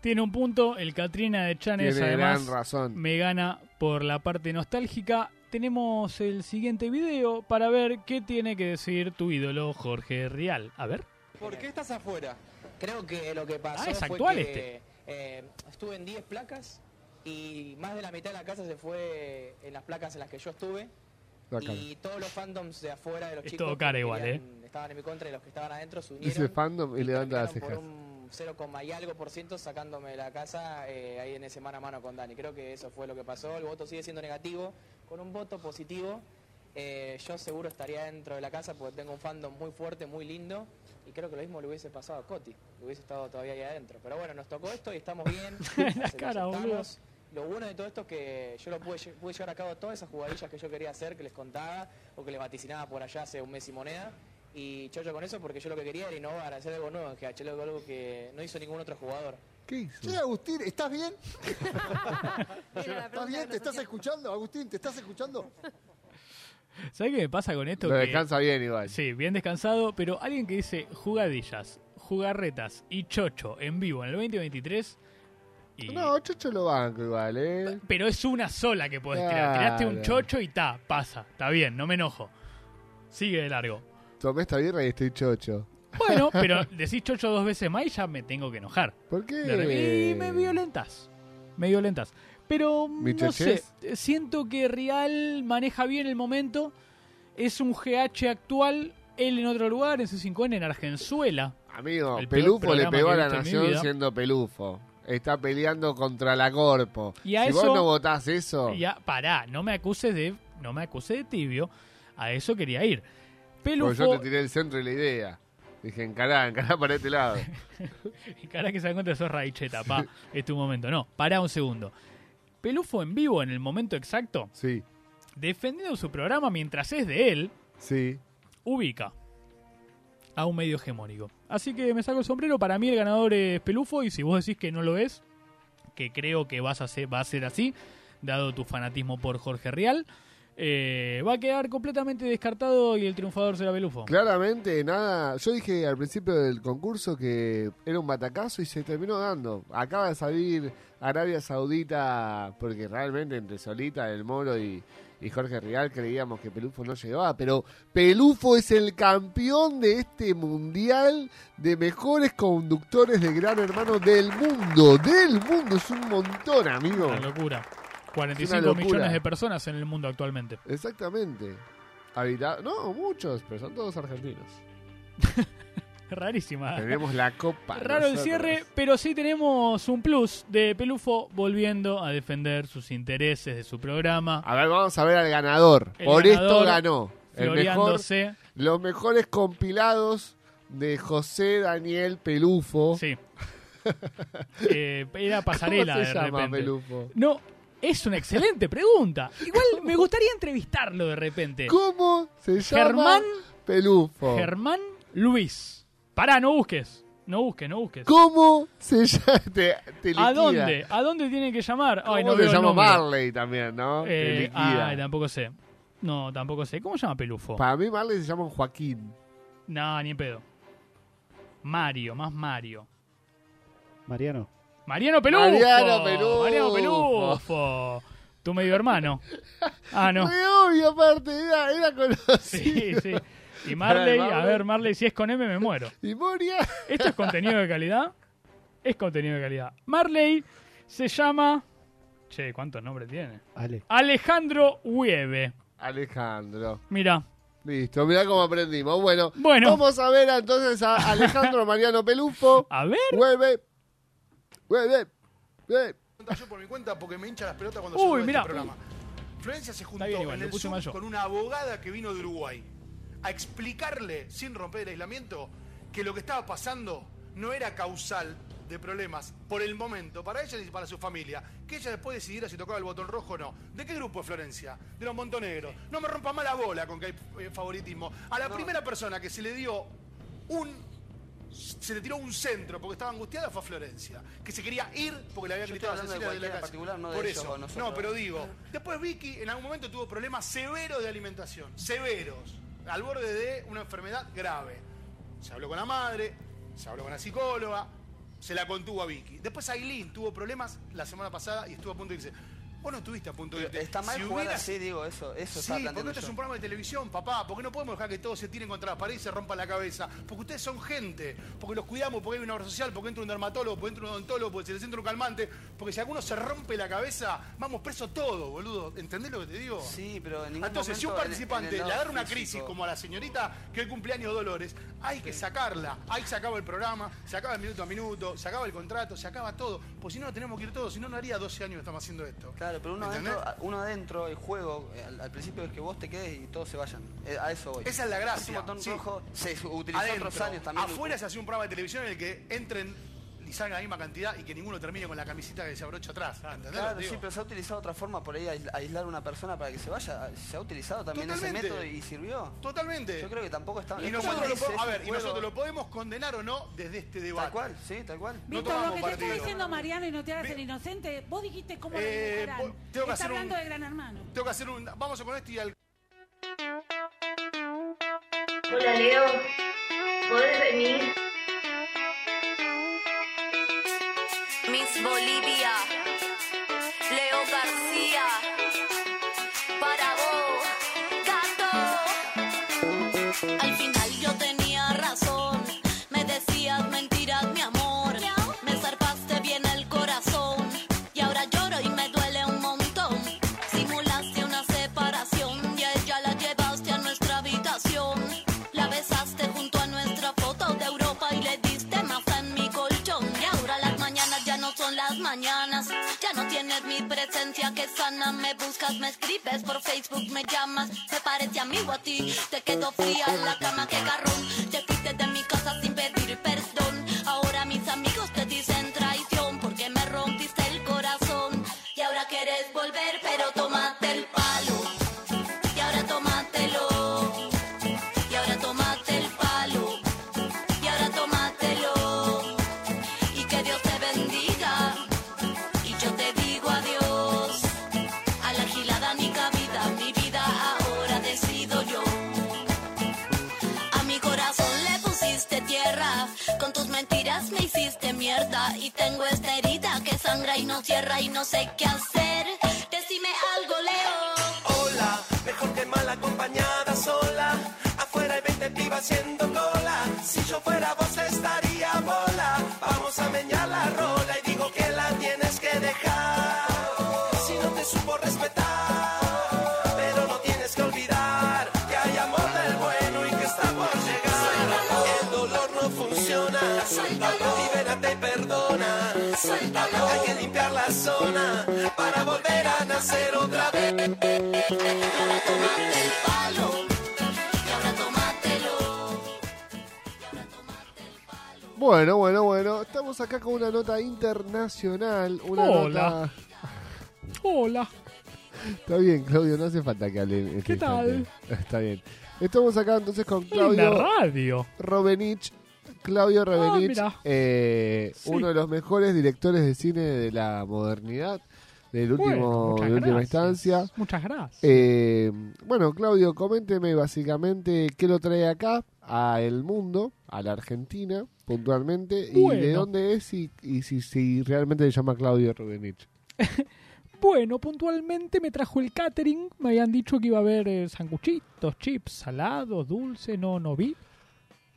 Speaker 2: Tiene un punto, el Katrina de Chanes
Speaker 4: Tiene
Speaker 2: además
Speaker 4: gran razón.
Speaker 2: me gana por la parte nostálgica. Tenemos el siguiente video para ver qué tiene que decir tu ídolo Jorge Real. A ver.
Speaker 16: ¿Por qué estás afuera? Creo que lo que pasó
Speaker 2: Ah, es
Speaker 16: fue
Speaker 2: actual
Speaker 16: que,
Speaker 2: este.
Speaker 16: eh, estuve en 10 placas y más de la mitad de la casa se fue en las placas en las que yo estuve.
Speaker 4: La cara.
Speaker 16: Y todos los fandoms de afuera de los
Speaker 2: Es
Speaker 16: chicos
Speaker 2: todo
Speaker 16: que
Speaker 2: cara igual, eh.
Speaker 16: querían- estaban en mi contra y los que estaban adentro se unieron
Speaker 4: Dice fandom y levanta las
Speaker 16: por
Speaker 4: cejas.
Speaker 16: un 0, y algo por ciento sacándome de la casa eh, ahí en ese mano a mano con Dani. Creo que eso fue lo que pasó. El voto sigue siendo negativo. Con un voto positivo, eh, yo seguro estaría dentro de la casa porque tengo un fandom muy fuerte, muy lindo. Y creo que lo mismo le hubiese pasado a Coti. Le hubiese estado todavía ahí adentro. Pero bueno, nos tocó esto y estamos
Speaker 2: (laughs)
Speaker 16: bien.
Speaker 2: La
Speaker 16: Se lo
Speaker 2: cara, boludo.
Speaker 16: aceptamos. Lo bueno de todo esto es que yo lo pude, lle- pude llevar a cabo todas esas jugadillas que yo quería hacer, que les contaba o que les vaticinaba por allá hace un mes y moneda. Y chocho con eso porque yo lo que quería era innovar, hacer algo nuevo en GH, algo- algo que no hizo ningún otro jugador.
Speaker 4: ¿Qué hizo?
Speaker 17: Che, Agustín, ¿estás bien? ¿Estás bien? ¿Te estás escuchando? Agustín, ¿te estás escuchando?
Speaker 2: ¿Sabes qué me pasa con esto?
Speaker 4: Lo
Speaker 2: Que-
Speaker 4: descansa bien igual.
Speaker 2: Sí, bien descansado, pero alguien que dice jugadillas, jugarretas y chocho en vivo en el 2023,
Speaker 4: No, Chocho lo banco igual, ¿eh?
Speaker 2: pero es una sola que podés tirar. Tiraste un
Speaker 4: Claro.
Speaker 2: chocho y ta, pasa, está bien, no me enojo. Sigue de largo.
Speaker 4: Tomé esta birra y estoy chocho.
Speaker 2: Bueno,
Speaker 4: (laughs)
Speaker 2: pero decís chocho dos veces más y ya me tengo que enojar.
Speaker 4: ¿Por qué?
Speaker 2: De repente- Y me violentas. Me violentas. Pero
Speaker 4: ¿Mi
Speaker 2: no sé,
Speaker 4: chachés?
Speaker 2: eh, siento que Real maneja bien el momento. Es un GH actual, él en otro lugar, en C5N, en Argenzuela.
Speaker 4: Amigo,
Speaker 2: El peor
Speaker 4: Pelufo le
Speaker 2: programa
Speaker 4: pegó
Speaker 2: que
Speaker 4: a
Speaker 2: he
Speaker 4: la
Speaker 2: visto en mi
Speaker 4: nación
Speaker 2: vida.
Speaker 4: siendo Pelufo. Está peleando contra la Corpo.
Speaker 2: Y a
Speaker 4: si
Speaker 2: eso-
Speaker 4: vos no votás eso,
Speaker 2: Ya, pará, no me acuses de, no me acuses de tibio. A eso quería ir.
Speaker 4: Porque
Speaker 2: Pelufo
Speaker 4: pues yo te
Speaker 2: (laughs)
Speaker 4: tiré el centro y la idea. Dije, encará, encará para este lado.
Speaker 2: (laughs) Cara que se da cuenta sos raicheta, pa. Es tu momento. No, pará un segundo. Pelufo en vivo en el momento exacto.
Speaker 4: Sí.
Speaker 2: Defendiendo su programa mientras es de él.
Speaker 4: Sí.
Speaker 2: Ubica a un medio hegemónico. Así que me saco el sombrero. Para mí el ganador es Pelufo. Y si vos decís que no lo es, que creo que vas a ser, va a ser así, dado tu fanatismo por Jorge Real, eh, va a quedar completamente descartado y el triunfador será Pelufo.
Speaker 4: Claramente, nada. Yo dije al principio del concurso que era un batacazo y se terminó dando. Acaba de salir Arabia Saudita, porque realmente entre Solita, El Moro y, y Jorge Rial creíamos que Pelufo no llegaba, pero Pelufo es el campeón de este mundial de mejores conductores de Gran Hermano del mundo. Del mundo, es un montón, amigo.
Speaker 2: Una locura.
Speaker 4: Es
Speaker 2: 45
Speaker 4: una locura.
Speaker 2: millones de personas en el mundo actualmente. (laughs)
Speaker 4: Exactamente. Habita- no, muchos, pero son todos argentinos.
Speaker 2: Rarísima.
Speaker 4: Tenemos la copa.
Speaker 2: (laughs) Raro el
Speaker 4: nosotros.
Speaker 2: cierre, pero sí tenemos un plus de Pelufo volviendo a defender sus intereses de su programa.
Speaker 4: A ver, vamos a ver al ganador.
Speaker 2: El
Speaker 4: Por esto
Speaker 2: ganador,
Speaker 4: ganó. El mejor,
Speaker 2: floreándose.
Speaker 4: los mejores compilados de José Daniel Pelufo. (laughs)
Speaker 2: Sí. Eh, era pasarela
Speaker 4: ¿Cómo se
Speaker 2: de
Speaker 4: llama
Speaker 2: repente.
Speaker 4: Pelufo?
Speaker 2: No, es una excelente pregunta.
Speaker 4: (laughs)
Speaker 2: Igual me gustaría entrevistarlo de repente.
Speaker 4: ¿Cómo se llama?
Speaker 2: eh, Germán,
Speaker 4: Pelufo.
Speaker 2: Germán Luis. Pará, no busques. No busques, no busques.
Speaker 4: ¿Cómo se llama? Te- te liquida.
Speaker 2: ¿A dónde? ¿A dónde tiene que llamar? Ay,
Speaker 4: ¿Cómo
Speaker 2: no
Speaker 4: se
Speaker 2: veo el
Speaker 4: llama
Speaker 2: nombre.
Speaker 4: Marley también, no? Te
Speaker 2: Eh,
Speaker 4: liquida.
Speaker 2: ay, tampoco sé. No, tampoco sé. ¿Cómo se llama Pelufo?
Speaker 4: Para mí Marley se llama Joaquín.
Speaker 2: No, ni en pedo. Mario, más Mario.
Speaker 5: Mariano.
Speaker 2: Mariano Pelufo.
Speaker 4: Mariano Pelufo.
Speaker 2: Mariano Pelufo. Tu medio hermano. Ah,
Speaker 4: (laughs)
Speaker 2: no.
Speaker 4: Re obvio, aparte, era, era
Speaker 2: Sí,
Speaker 4: conocido.
Speaker 2: sí. Y Marley,
Speaker 4: Pará,
Speaker 2: a
Speaker 4: Marley.
Speaker 2: ver, Marley, si es con M me muero.
Speaker 4: (laughs) Y Moria.
Speaker 2: ¿Esto es contenido de calidad? Es contenido de calidad. Marley se llama... Che, ¿cuántos nombres tiene?
Speaker 5: Ale.
Speaker 2: Alejandro Hueve.
Speaker 4: Alejandro.
Speaker 2: Mira.
Speaker 4: Listo, mirá cómo aprendimos. Bueno,
Speaker 2: Bueno.
Speaker 4: vamos a ver entonces a Alejandro Mariano Pelufo.
Speaker 2: A ver.
Speaker 4: Vuelve. Vuelve. Vuelve.
Speaker 11: Yo por mi cuenta porque me hincha las pelotas cuando
Speaker 2: Uy,
Speaker 11: se
Speaker 2: mirá.
Speaker 11: este programa. Florencia se juntó
Speaker 2: bien igual,
Speaker 11: en
Speaker 2: lo
Speaker 11: el
Speaker 2: puse
Speaker 11: Zoom
Speaker 2: mal yo.
Speaker 11: con una abogada que vino de Uruguay a explicarle, sin romper el aislamiento, que lo que estaba pasando no era causal de problemas por el momento, para ella ni para su familia. Que ella después decidiera si tocaba el botón rojo o no. ¿De qué grupo es Florencia? De los Montonegros. No me rompa más la bola con que hay eh, favoritismo. A la primera persona que se le dio un se le tiró un centro porque estaba angustiada fue a Florencia, que se quería ir porque le había
Speaker 7: Yo
Speaker 11: gritado a
Speaker 7: estoy hablando de
Speaker 11: Cecilia de la casa.
Speaker 7: cualquiera particular, no de
Speaker 11: Por
Speaker 7: ellos
Speaker 11: eso,
Speaker 7: o nosotros.
Speaker 11: no, pero digo, después Vicky en algún momento tuvo problemas severos de alimentación, severos, al borde de una enfermedad grave. Se habló con la madre, se habló con la psicóloga, se la contuvo a Vicky. Después Aileen tuvo problemas la semana pasada y estuvo a punto de irse. Vos no estuviste a punto de irte.
Speaker 7: Está mal
Speaker 11: Si
Speaker 7: jugar
Speaker 11: hubieras-
Speaker 7: así, digo, eso, eso
Speaker 11: Sí,
Speaker 7: estaba
Speaker 11: porque
Speaker 7: planteando
Speaker 11: esto es
Speaker 7: yo.
Speaker 11: un programa de televisión, papá. Porque no podemos dejar que todos se tiren contra la pared y se rompan la cabeza. Porque ustedes son gente. Porque los cuidamos, porque hay una obra social, porque entra un dermatólogo, porque entra un odontólogo, porque se les entra un calmante. Porque si alguno se rompe la cabeza, vamos preso todo, boludo. ¿Entendés lo que te digo?
Speaker 7: Sí, pero en ningún
Speaker 11: Entonces, si un
Speaker 7: momento en- en
Speaker 11: participante
Speaker 7: el
Speaker 11: le
Speaker 7: lado
Speaker 11: agarra una
Speaker 7: físico-
Speaker 11: crisis como a la señorita que hoy cumpleaños Dolores, hay que sacarla. Ahí se acaba el programa, se acaba el minuto a minuto, se acaba el contrato, se acaba todo. Porque si no, no tenemos que ir todos. Si no, no haría 12 años que estamos haciendo esto.
Speaker 7: Claro, pero uno
Speaker 11: ¿Entendés?
Speaker 7: adentro, uno adentro, el juego, eh, al, al principio es que vos te quedes y todos se vayan. Eh, a eso voy.
Speaker 11: Esa es la
Speaker 7: Ese
Speaker 11: gracia.
Speaker 7: botón
Speaker 11: sí.
Speaker 7: rojo se su- utilizó
Speaker 11: Adentro.
Speaker 7: otros años también.
Speaker 11: Afuera se hace un programa de televisión en el que entren y salgan la misma cantidad y que ninguno termine con la camiseta que se abrocha atrás. ¿Entendés?
Speaker 7: Claro,
Speaker 11: Digo,
Speaker 7: sí, pero se ha utilizado otra forma por ahí, ais- aislar a una persona para que se vaya. Se ha utilizado también
Speaker 11: Totalmente.
Speaker 7: ese método y sirvió.
Speaker 11: Totalmente.
Speaker 7: Yo creo que tampoco está...
Speaker 11: Y
Speaker 7: es
Speaker 11: nosotros, lo,
Speaker 7: como
Speaker 11: po-
Speaker 7: dice,
Speaker 11: a
Speaker 7: es
Speaker 11: ver,
Speaker 7: un
Speaker 11: y nosotros
Speaker 7: juego.
Speaker 11: lo podemos condenar o no desde este debate. Tal
Speaker 7: cual, sí, tal cual.
Speaker 11: No
Speaker 18: Víctor, lo
Speaker 11: tomamos
Speaker 18: que te
Speaker 11: partido.
Speaker 18: está diciendo Mariano y no te hagas el inocente, vos dijiste cómo lo
Speaker 11: Eh,
Speaker 18: dejarán.
Speaker 11: vos- tengo que
Speaker 18: está
Speaker 11: hacer un-
Speaker 18: hablando de Gran Hermano.
Speaker 11: Tengo que hacer un. Vamos con esto y al.
Speaker 19: Hola Leo, ¿podés venir?
Speaker 20: Miss Bolivia, Leo García, para vos, gato. Al final yo tenía razón, me decías mentiras, mi amor. Me zarpaste bien el corazón, y ahora lloro y me duele un montón. Simulaste una separación, y a ella la llevaste a nuestra habitación. La besaste junto a nuestra foto de Europa y le diste masa en mi colchón. Y ahora las mañanas ya no son las mañanas. que sana. Me buscas, me escribes por Facebook, me llamas. Se parece amigo a ti, te quedo fría en la cama, que garrón. Te fuiste de mi casa sin pedir perdón. Ahora mis amigos te dicen traición porque me rompiste el corazón. Y ahora quieres volver, pero tómate el palo. Y ahora tómatelo. Y ahora tómate el palo. Y ahora tómatelo. Y que Dios te bendiga. Y yo te digo adiós. A la gilada ni cabida. Mi vida ahora decido yo. A mi corazón le pusiste tierra. Con tus mentiras me hiciste mierda. Y tengo esta herida que sangra y no cierra. Y no sé qué hacer. Decime algo, Leo.
Speaker 1: Hola, mejor que mal acompañada sola. Afuera hay 20 pibas haciendo cola. Si yo fuera vos estaría bola. Vamos a meñar la rola y digo que la tienes que dejar. Si no te supo respetar, pero no tienes que olvidar que hay amor del bueno y que está por llegar. El dolor no funciona. Suéltalo, libérate y perdona. Suéltalo, hay que limpiar la zona para volver a nacer otra vez.
Speaker 4: Bueno, bueno, bueno. Estamos acá con una nota internacional. Una
Speaker 2: Hola.
Speaker 4: nota-
Speaker 2: Hola.
Speaker 4: Está bien, Claudio, no hace falta que hable. en este
Speaker 2: ¿Qué tal?
Speaker 4: instante. Está bien. Estamos acá entonces con
Speaker 2: Linda
Speaker 4: Claudio
Speaker 2: radio. Ah,
Speaker 4: Robenich. Claudio Robenich,
Speaker 2: mirá.
Speaker 4: eh,
Speaker 2: Sí.
Speaker 4: uno de los mejores directores de cine de la modernidad, del
Speaker 2: Bueno,
Speaker 4: último,
Speaker 2: muchas
Speaker 4: de última
Speaker 2: gracias.
Speaker 4: instancia.
Speaker 2: Muchas gracias.
Speaker 4: Eh, bueno, Claudio, coménteme básicamente qué lo trae acá, a el mundo, a la Argentina, puntualmente, y de
Speaker 2: Bueno.
Speaker 4: dónde es y, y si, si realmente se llama Claudio Rubenich.
Speaker 2: Bueno, puntualmente me trajo el catering. Me habían dicho que iba a haber eh, sanguchitos, chips, salados, dulces. No, no vi.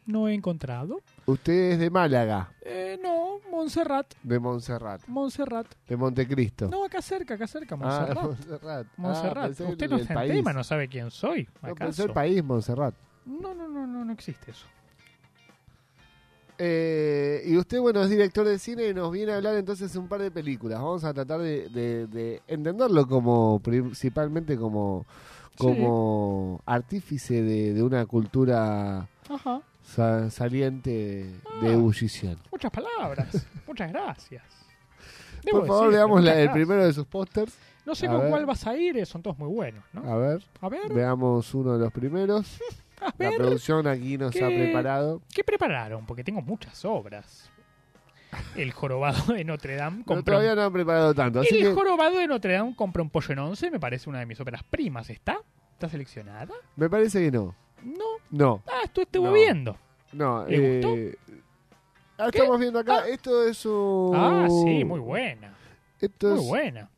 Speaker 2: No he encontrado.
Speaker 4: Usted es de Málaga,
Speaker 2: Eh, no, Montserrat.
Speaker 4: de Montserrat,
Speaker 2: Montserrat.
Speaker 4: de Montecristo.
Speaker 2: No, acá cerca, acá cerca,
Speaker 4: Ah,
Speaker 2: Montserrat.
Speaker 4: (laughs) Montserrat. Ah,
Speaker 2: Montserrat.
Speaker 4: pensé
Speaker 2: Usted
Speaker 4: el-
Speaker 2: no
Speaker 4: el
Speaker 2: está
Speaker 4: país.
Speaker 2: en tema, no sabe quién soy.
Speaker 4: No,
Speaker 2: ¿acaso?
Speaker 4: pensó el país, Montserrat.
Speaker 2: no, no, no, no, no existe eso.
Speaker 4: Eh, y usted, bueno, es director de cine y nos viene a hablar entonces de un par de películas. Vamos a tratar de, de- de entenderlo como principalmente como, como artífice de, de una cultura
Speaker 2: Ajá. Ah.
Speaker 4: sa- saliente de, de ebullición.
Speaker 2: Muchas
Speaker 4: (laughs)
Speaker 2: palabras. muchas gracias. Debo
Speaker 4: Por favor,
Speaker 2: decirte,
Speaker 4: veamos la-
Speaker 2: muchas
Speaker 4: el
Speaker 2: gracias.
Speaker 4: primero de sus pósters.
Speaker 2: No sé
Speaker 4: A
Speaker 2: con
Speaker 4: ver.
Speaker 2: cuál vas a ir, eh, son todos muy buenos, ¿no?
Speaker 4: A ver,
Speaker 2: A ver.
Speaker 4: veamos uno de los
Speaker 2: (laughs)
Speaker 4: primeros. la
Speaker 2: ver.
Speaker 4: producción aquí nos ha
Speaker 2: ¿Qué-
Speaker 4: preparado.
Speaker 2: ¿Qué prepararon? Porque tengo muchas obras. El jorobado de Notre Dame
Speaker 4: Pero
Speaker 2: compró.
Speaker 4: todavía no han preparado tanto. Así
Speaker 2: el
Speaker 4: que
Speaker 2: jorobado de Notre Dame compró un pollo en once, me parece una de mis óperas primas. ¿Está? ¿Está seleccionada?
Speaker 4: me parece que no.
Speaker 2: No.
Speaker 4: No.
Speaker 2: Ah, esto estuvo
Speaker 4: No.
Speaker 2: viendo.
Speaker 4: No,
Speaker 2: ¿Le
Speaker 4: eh, ah, estamos viendo acá, esto es un...
Speaker 2: Ah, sí, muy buena.
Speaker 4: Esto
Speaker 2: muy
Speaker 4: es-
Speaker 2: buena.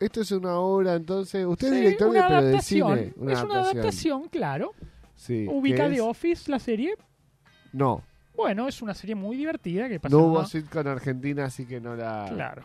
Speaker 4: Esto es una obra, entonces, usted es
Speaker 2: Sí,
Speaker 4: director de,
Speaker 2: una
Speaker 4: pero de
Speaker 2: adaptación.
Speaker 4: cine.
Speaker 2: es una adaptación, claro.
Speaker 4: Sí,
Speaker 2: Ubica
Speaker 4: que
Speaker 2: The
Speaker 4: es-
Speaker 2: Office, la serie.
Speaker 4: No,
Speaker 2: Bueno, es una serie muy divertida que pasa
Speaker 4: no
Speaker 2: en
Speaker 4: hubo
Speaker 2: una-
Speaker 4: sitcom argentina, así que no la...
Speaker 2: Claro,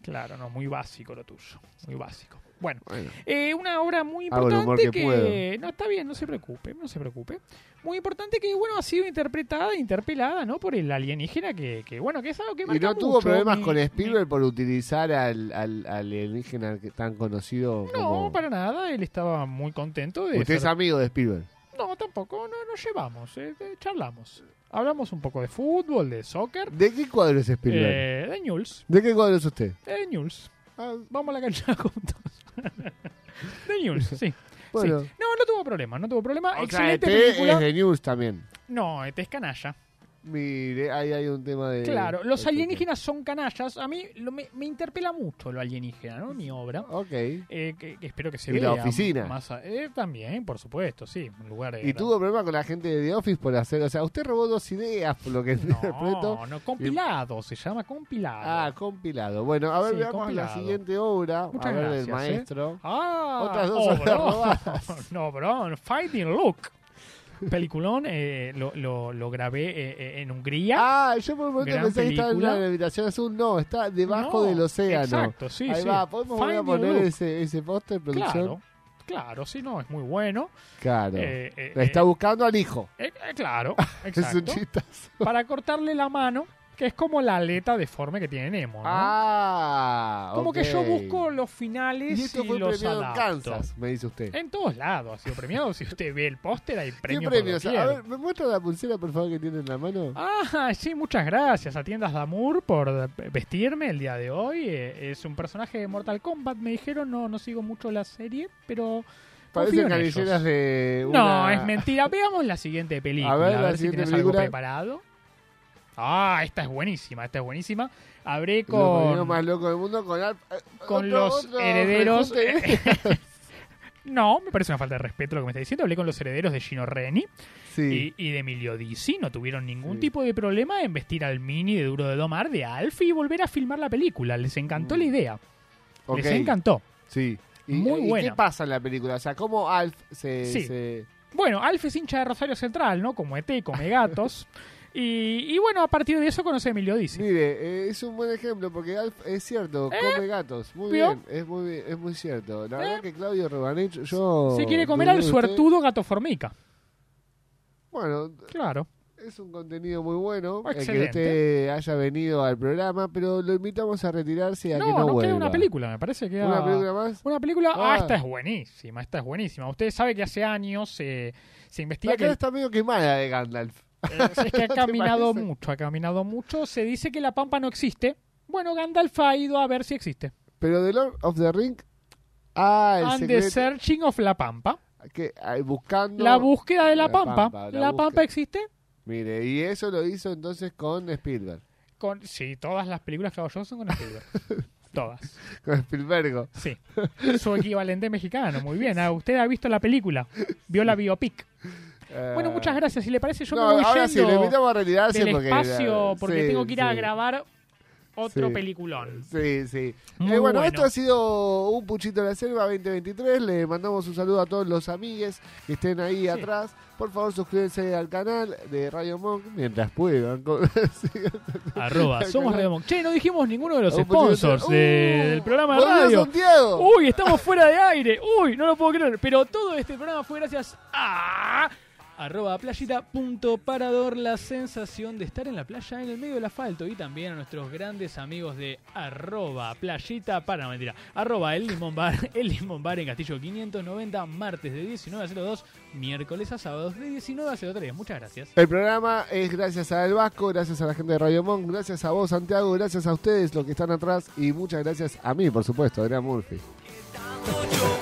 Speaker 2: claro, no, muy básico lo tuyo, muy básico. Bueno,
Speaker 4: Bueno.
Speaker 2: eh, una obra muy
Speaker 4: Hago el
Speaker 2: importante
Speaker 4: humor que
Speaker 2: que...
Speaker 4: puedo.
Speaker 2: No, está bien, no se preocupe, no se preocupe. Muy importante que, bueno, ha sido interpretada, interpelada, ¿no? Por el alienígena que, que bueno, que es algo que
Speaker 4: Y
Speaker 2: marca
Speaker 4: no tuvo
Speaker 2: mucho
Speaker 4: problemas
Speaker 2: mi-
Speaker 4: con Spielberg por utilizar al, al, al alienígena que tan conocido
Speaker 2: No,
Speaker 4: como...
Speaker 2: para nada, él estaba muy contento de...
Speaker 4: Usted es
Speaker 2: ser-
Speaker 4: amigo de Spielberg.
Speaker 2: No, tampoco, no nos llevamos, eh, eh, charlamos. Hablamos un poco de fútbol, de soccer,
Speaker 4: ¿De qué cuadro es Spielberg?
Speaker 2: eh, de News,
Speaker 4: ¿De qué cuadro es usted?
Speaker 2: de News. Vamos a la cancha (laughs) juntos. de News, pues, sí.
Speaker 4: (laughs) Bueno.
Speaker 2: Sí. No, no tuvo problema, no tuvo problema.
Speaker 4: O sea,
Speaker 2: Excelente
Speaker 4: ET
Speaker 2: película.
Speaker 4: es de News también.
Speaker 2: No, este es canalla.
Speaker 4: Mire, ahí hay un tema de...
Speaker 2: claro, los
Speaker 4: Perfecto.
Speaker 2: alienígenas son canallas. A mí lo- me, me interpela mucho lo alienígena, ¿no? Mi obra.
Speaker 4: Ok.
Speaker 2: Eh, que, que espero que se
Speaker 4: Y
Speaker 2: vea.
Speaker 4: la oficina.
Speaker 2: más a- eh, también, por supuesto, sí. Un lugar eh,
Speaker 4: Y tuvo problemas con la gente de The Office por hacer. O sea, usted robó dos ideas, por lo que (laughs) interpreto.
Speaker 2: No, no, compilado, se llama compilado.
Speaker 4: Ah, compilado. Bueno, a ver,
Speaker 2: Sí,
Speaker 4: veamos la
Speaker 2: compilado.
Speaker 4: siguiente obra.
Speaker 2: Muchas
Speaker 4: a ver,
Speaker 2: gracias.
Speaker 4: del maestro.
Speaker 2: ¿eh? Ah,
Speaker 4: Otras dos
Speaker 2: oh,
Speaker 4: obras
Speaker 2: bro.
Speaker 4: (laughs)
Speaker 2: (laughs)
Speaker 4: robadas.
Speaker 2: No, bro. Fighting Look. Peliculón, eh, lo, lo, lo grabé eh, eh, en Hungría.
Speaker 4: Ah, yo por un momento
Speaker 2: Gran
Speaker 4: pensé que estaba en
Speaker 2: película.
Speaker 4: una habitación azul. No, está debajo
Speaker 2: No,
Speaker 4: del océano.
Speaker 2: exacto, sí,
Speaker 4: Ahí
Speaker 2: sí.
Speaker 4: va, podemos volver a
Speaker 2: Finding
Speaker 4: poner
Speaker 2: Luke.
Speaker 4: ese, ese póster, producción.
Speaker 2: Claro, claro, sí, no, es muy bueno.
Speaker 4: Claro.
Speaker 2: Eh, eh,
Speaker 4: La está
Speaker 2: eh,
Speaker 4: buscando al hijo.
Speaker 2: Eh, eh, claro,
Speaker 4: (laughs) Es un
Speaker 2: exacto.
Speaker 4: chistazo.
Speaker 2: Para cortarle la mano, Que es como la aleta deforme que tiene Nemo, ¿no?
Speaker 4: Ah,
Speaker 2: Como que yo
Speaker 4: ok.
Speaker 2: busco los finales
Speaker 4: Y
Speaker 2: y,
Speaker 4: esto fue
Speaker 2: los
Speaker 4: premiado en
Speaker 2: adapto.
Speaker 4: Kansas, me dice usted.
Speaker 2: En todos lados ha sido premiado. si usted ve el póster, hay
Speaker 4: ¿Qué
Speaker 2: premios. por
Speaker 4: premios? A
Speaker 2: doquier.
Speaker 4: ver, ¿me muestra la pulsera, por favor, que tiene en la mano?
Speaker 2: Ah, sí, muchas gracias a Tiendas Damur por vestirme el día de hoy. Eh, Es un personaje de Mortal Kombat, me dijeron. No, no sigo mucho la serie, pero. confío
Speaker 4: Parecen
Speaker 2: en ellos.
Speaker 4: canilleras de una...
Speaker 2: No, es mentira. Veamos la siguiente película.
Speaker 4: A
Speaker 2: A
Speaker 4: ver,
Speaker 2: ver,
Speaker 4: la
Speaker 2: si
Speaker 4: siguiente
Speaker 2: tienes
Speaker 4: película.
Speaker 2: algo preparado. Ah, esta es buenísima, esta es buenísima. Habré
Speaker 4: Lo
Speaker 2: con,
Speaker 4: primero más loco del mundo con... Al- eh,
Speaker 2: con
Speaker 4: otro-
Speaker 2: los
Speaker 4: otro
Speaker 2: herederos.
Speaker 4: recorte.
Speaker 2: (laughs) no, me parece una falta de respeto lo que me está diciendo. Hablé con los herederos de Gino Reni
Speaker 4: Sí.
Speaker 2: y, y de Emilio Dizzi. No tuvieron ningún
Speaker 4: Sí.
Speaker 2: tipo de problema en vestir al mini de Duro de Domar de Alfie y volver a filmar la película. Les encantó la idea.
Speaker 4: Mm. Ok.
Speaker 2: Les encantó.
Speaker 4: Sí. Y,
Speaker 2: Muy
Speaker 4: ¿y
Speaker 2: buena.
Speaker 4: qué pasa en la película? O sea, ¿cómo Alf se...
Speaker 2: Sí.
Speaker 4: se-
Speaker 2: Bueno, Alf es hincha de Rosario Central, ¿no? Como ET, come
Speaker 4: (laughs)
Speaker 2: gatos. y, y bueno, a partir de eso conoce a Emilio Dizzi.
Speaker 4: Mire, eh, es un buen ejemplo porque Alf es cierto, come gatos. Muy
Speaker 2: ¿Eh? ¿Vio?
Speaker 4: bien, es muy, bien, es muy cierto. La verdad que Claudio Robanich, yo...
Speaker 2: Se quiere comer al
Speaker 4: dudé de usted.
Speaker 2: suertudo gato formica.
Speaker 4: Bueno,
Speaker 2: Claro.
Speaker 4: Es un contenido muy bueno. el que
Speaker 2: Excelente.
Speaker 4: usted haya venido al programa, pero lo invitamos a retirarse y a
Speaker 2: No,
Speaker 4: que no,
Speaker 2: no,
Speaker 4: vuelva.
Speaker 2: queda una película, me parece que queda-
Speaker 4: ¿Una película más?
Speaker 2: Una película.
Speaker 4: Ah.
Speaker 2: Ah, esta es buenísima, esta es buenísima. Usted sabe que hace años eh, se
Speaker 4: La
Speaker 2: investiga que
Speaker 4: cara
Speaker 2: el Eh,
Speaker 4: está medio quemada de Gandalf.
Speaker 2: es que ha
Speaker 4: (laughs) ¿No te
Speaker 2: caminado
Speaker 4: parece?
Speaker 2: mucho, ha caminado mucho. Se dice que la pampa no existe. Bueno, Gandalf ha ido a ver si existe.
Speaker 4: Pero The Lord of the Ring. Ah, el
Speaker 2: And the
Speaker 4: secreto.
Speaker 2: searching of la pampa.
Speaker 4: que- ah, buscando.
Speaker 2: la búsqueda de la, pampa.
Speaker 4: la
Speaker 2: ¿La
Speaker 4: búsqueda.
Speaker 2: pampa existe?
Speaker 4: Mire, y eso lo hizo entonces con Spielberg.
Speaker 2: Con, sí, todas las películas que hago yo son con Spielberg. (laughs) todas.
Speaker 4: (laughs) Con Spielbergo. Eh,
Speaker 2: Sí. Su equivalente mexicano. Muy bien. Ah, Usted ha visto la película. Vio la biopic. Bueno, muchas gracias. Si le parece, yo
Speaker 4: No,
Speaker 2: me voy
Speaker 4: ahora
Speaker 2: yendo
Speaker 4: sí, le invitamos a retirarse
Speaker 2: del
Speaker 4: porque-
Speaker 2: espacio porque
Speaker 4: sí,
Speaker 2: tengo que ir a
Speaker 4: sí.
Speaker 2: grabar otro
Speaker 4: Sí.
Speaker 2: peliculón.
Speaker 4: Sí, sí.
Speaker 2: Muy
Speaker 4: Eh, bueno,
Speaker 2: bueno.
Speaker 4: esto ha sido un Puchito de la Selva 2023. Le mandamos un saludo a todos los amigues que estén ahí atrás. Por favor, suscríbanse al canal de Radio Monk mientras puedan. (laughs) Con- Sigan-
Speaker 13: (laughs)
Speaker 4: (laughs)
Speaker 2: Arroba, somos Radio Monk. Che, no dijimos ninguno de los
Speaker 4: Un poquito de-
Speaker 2: sponsors de-
Speaker 4: ¡Uh!
Speaker 2: del programa de
Speaker 4: ¡Volvió
Speaker 2: radio.
Speaker 4: Santiago!
Speaker 2: Uy, estamos fuera de aire. Uy, no lo puedo creer. Pero todo este programa fue gracias a... Arroba playita punto parador, la sensación de estar en la playa en el medio del asfalto. Y también a nuestros grandes amigos de arroba playita para, no mentira, arroba el limón bar, (laughs) el limón bar en Castillo 590, martes de 19 a 02, miércoles a sábados de 19 a 03. Muchas gracias.
Speaker 4: El programa es gracias a El Vasco, gracias a la gente de Radio Monk, gracias a vos, Santiago, gracias a ustedes, los que están atrás, y muchas gracias a mí, por supuesto, Adrián Murphy.
Speaker 1: yo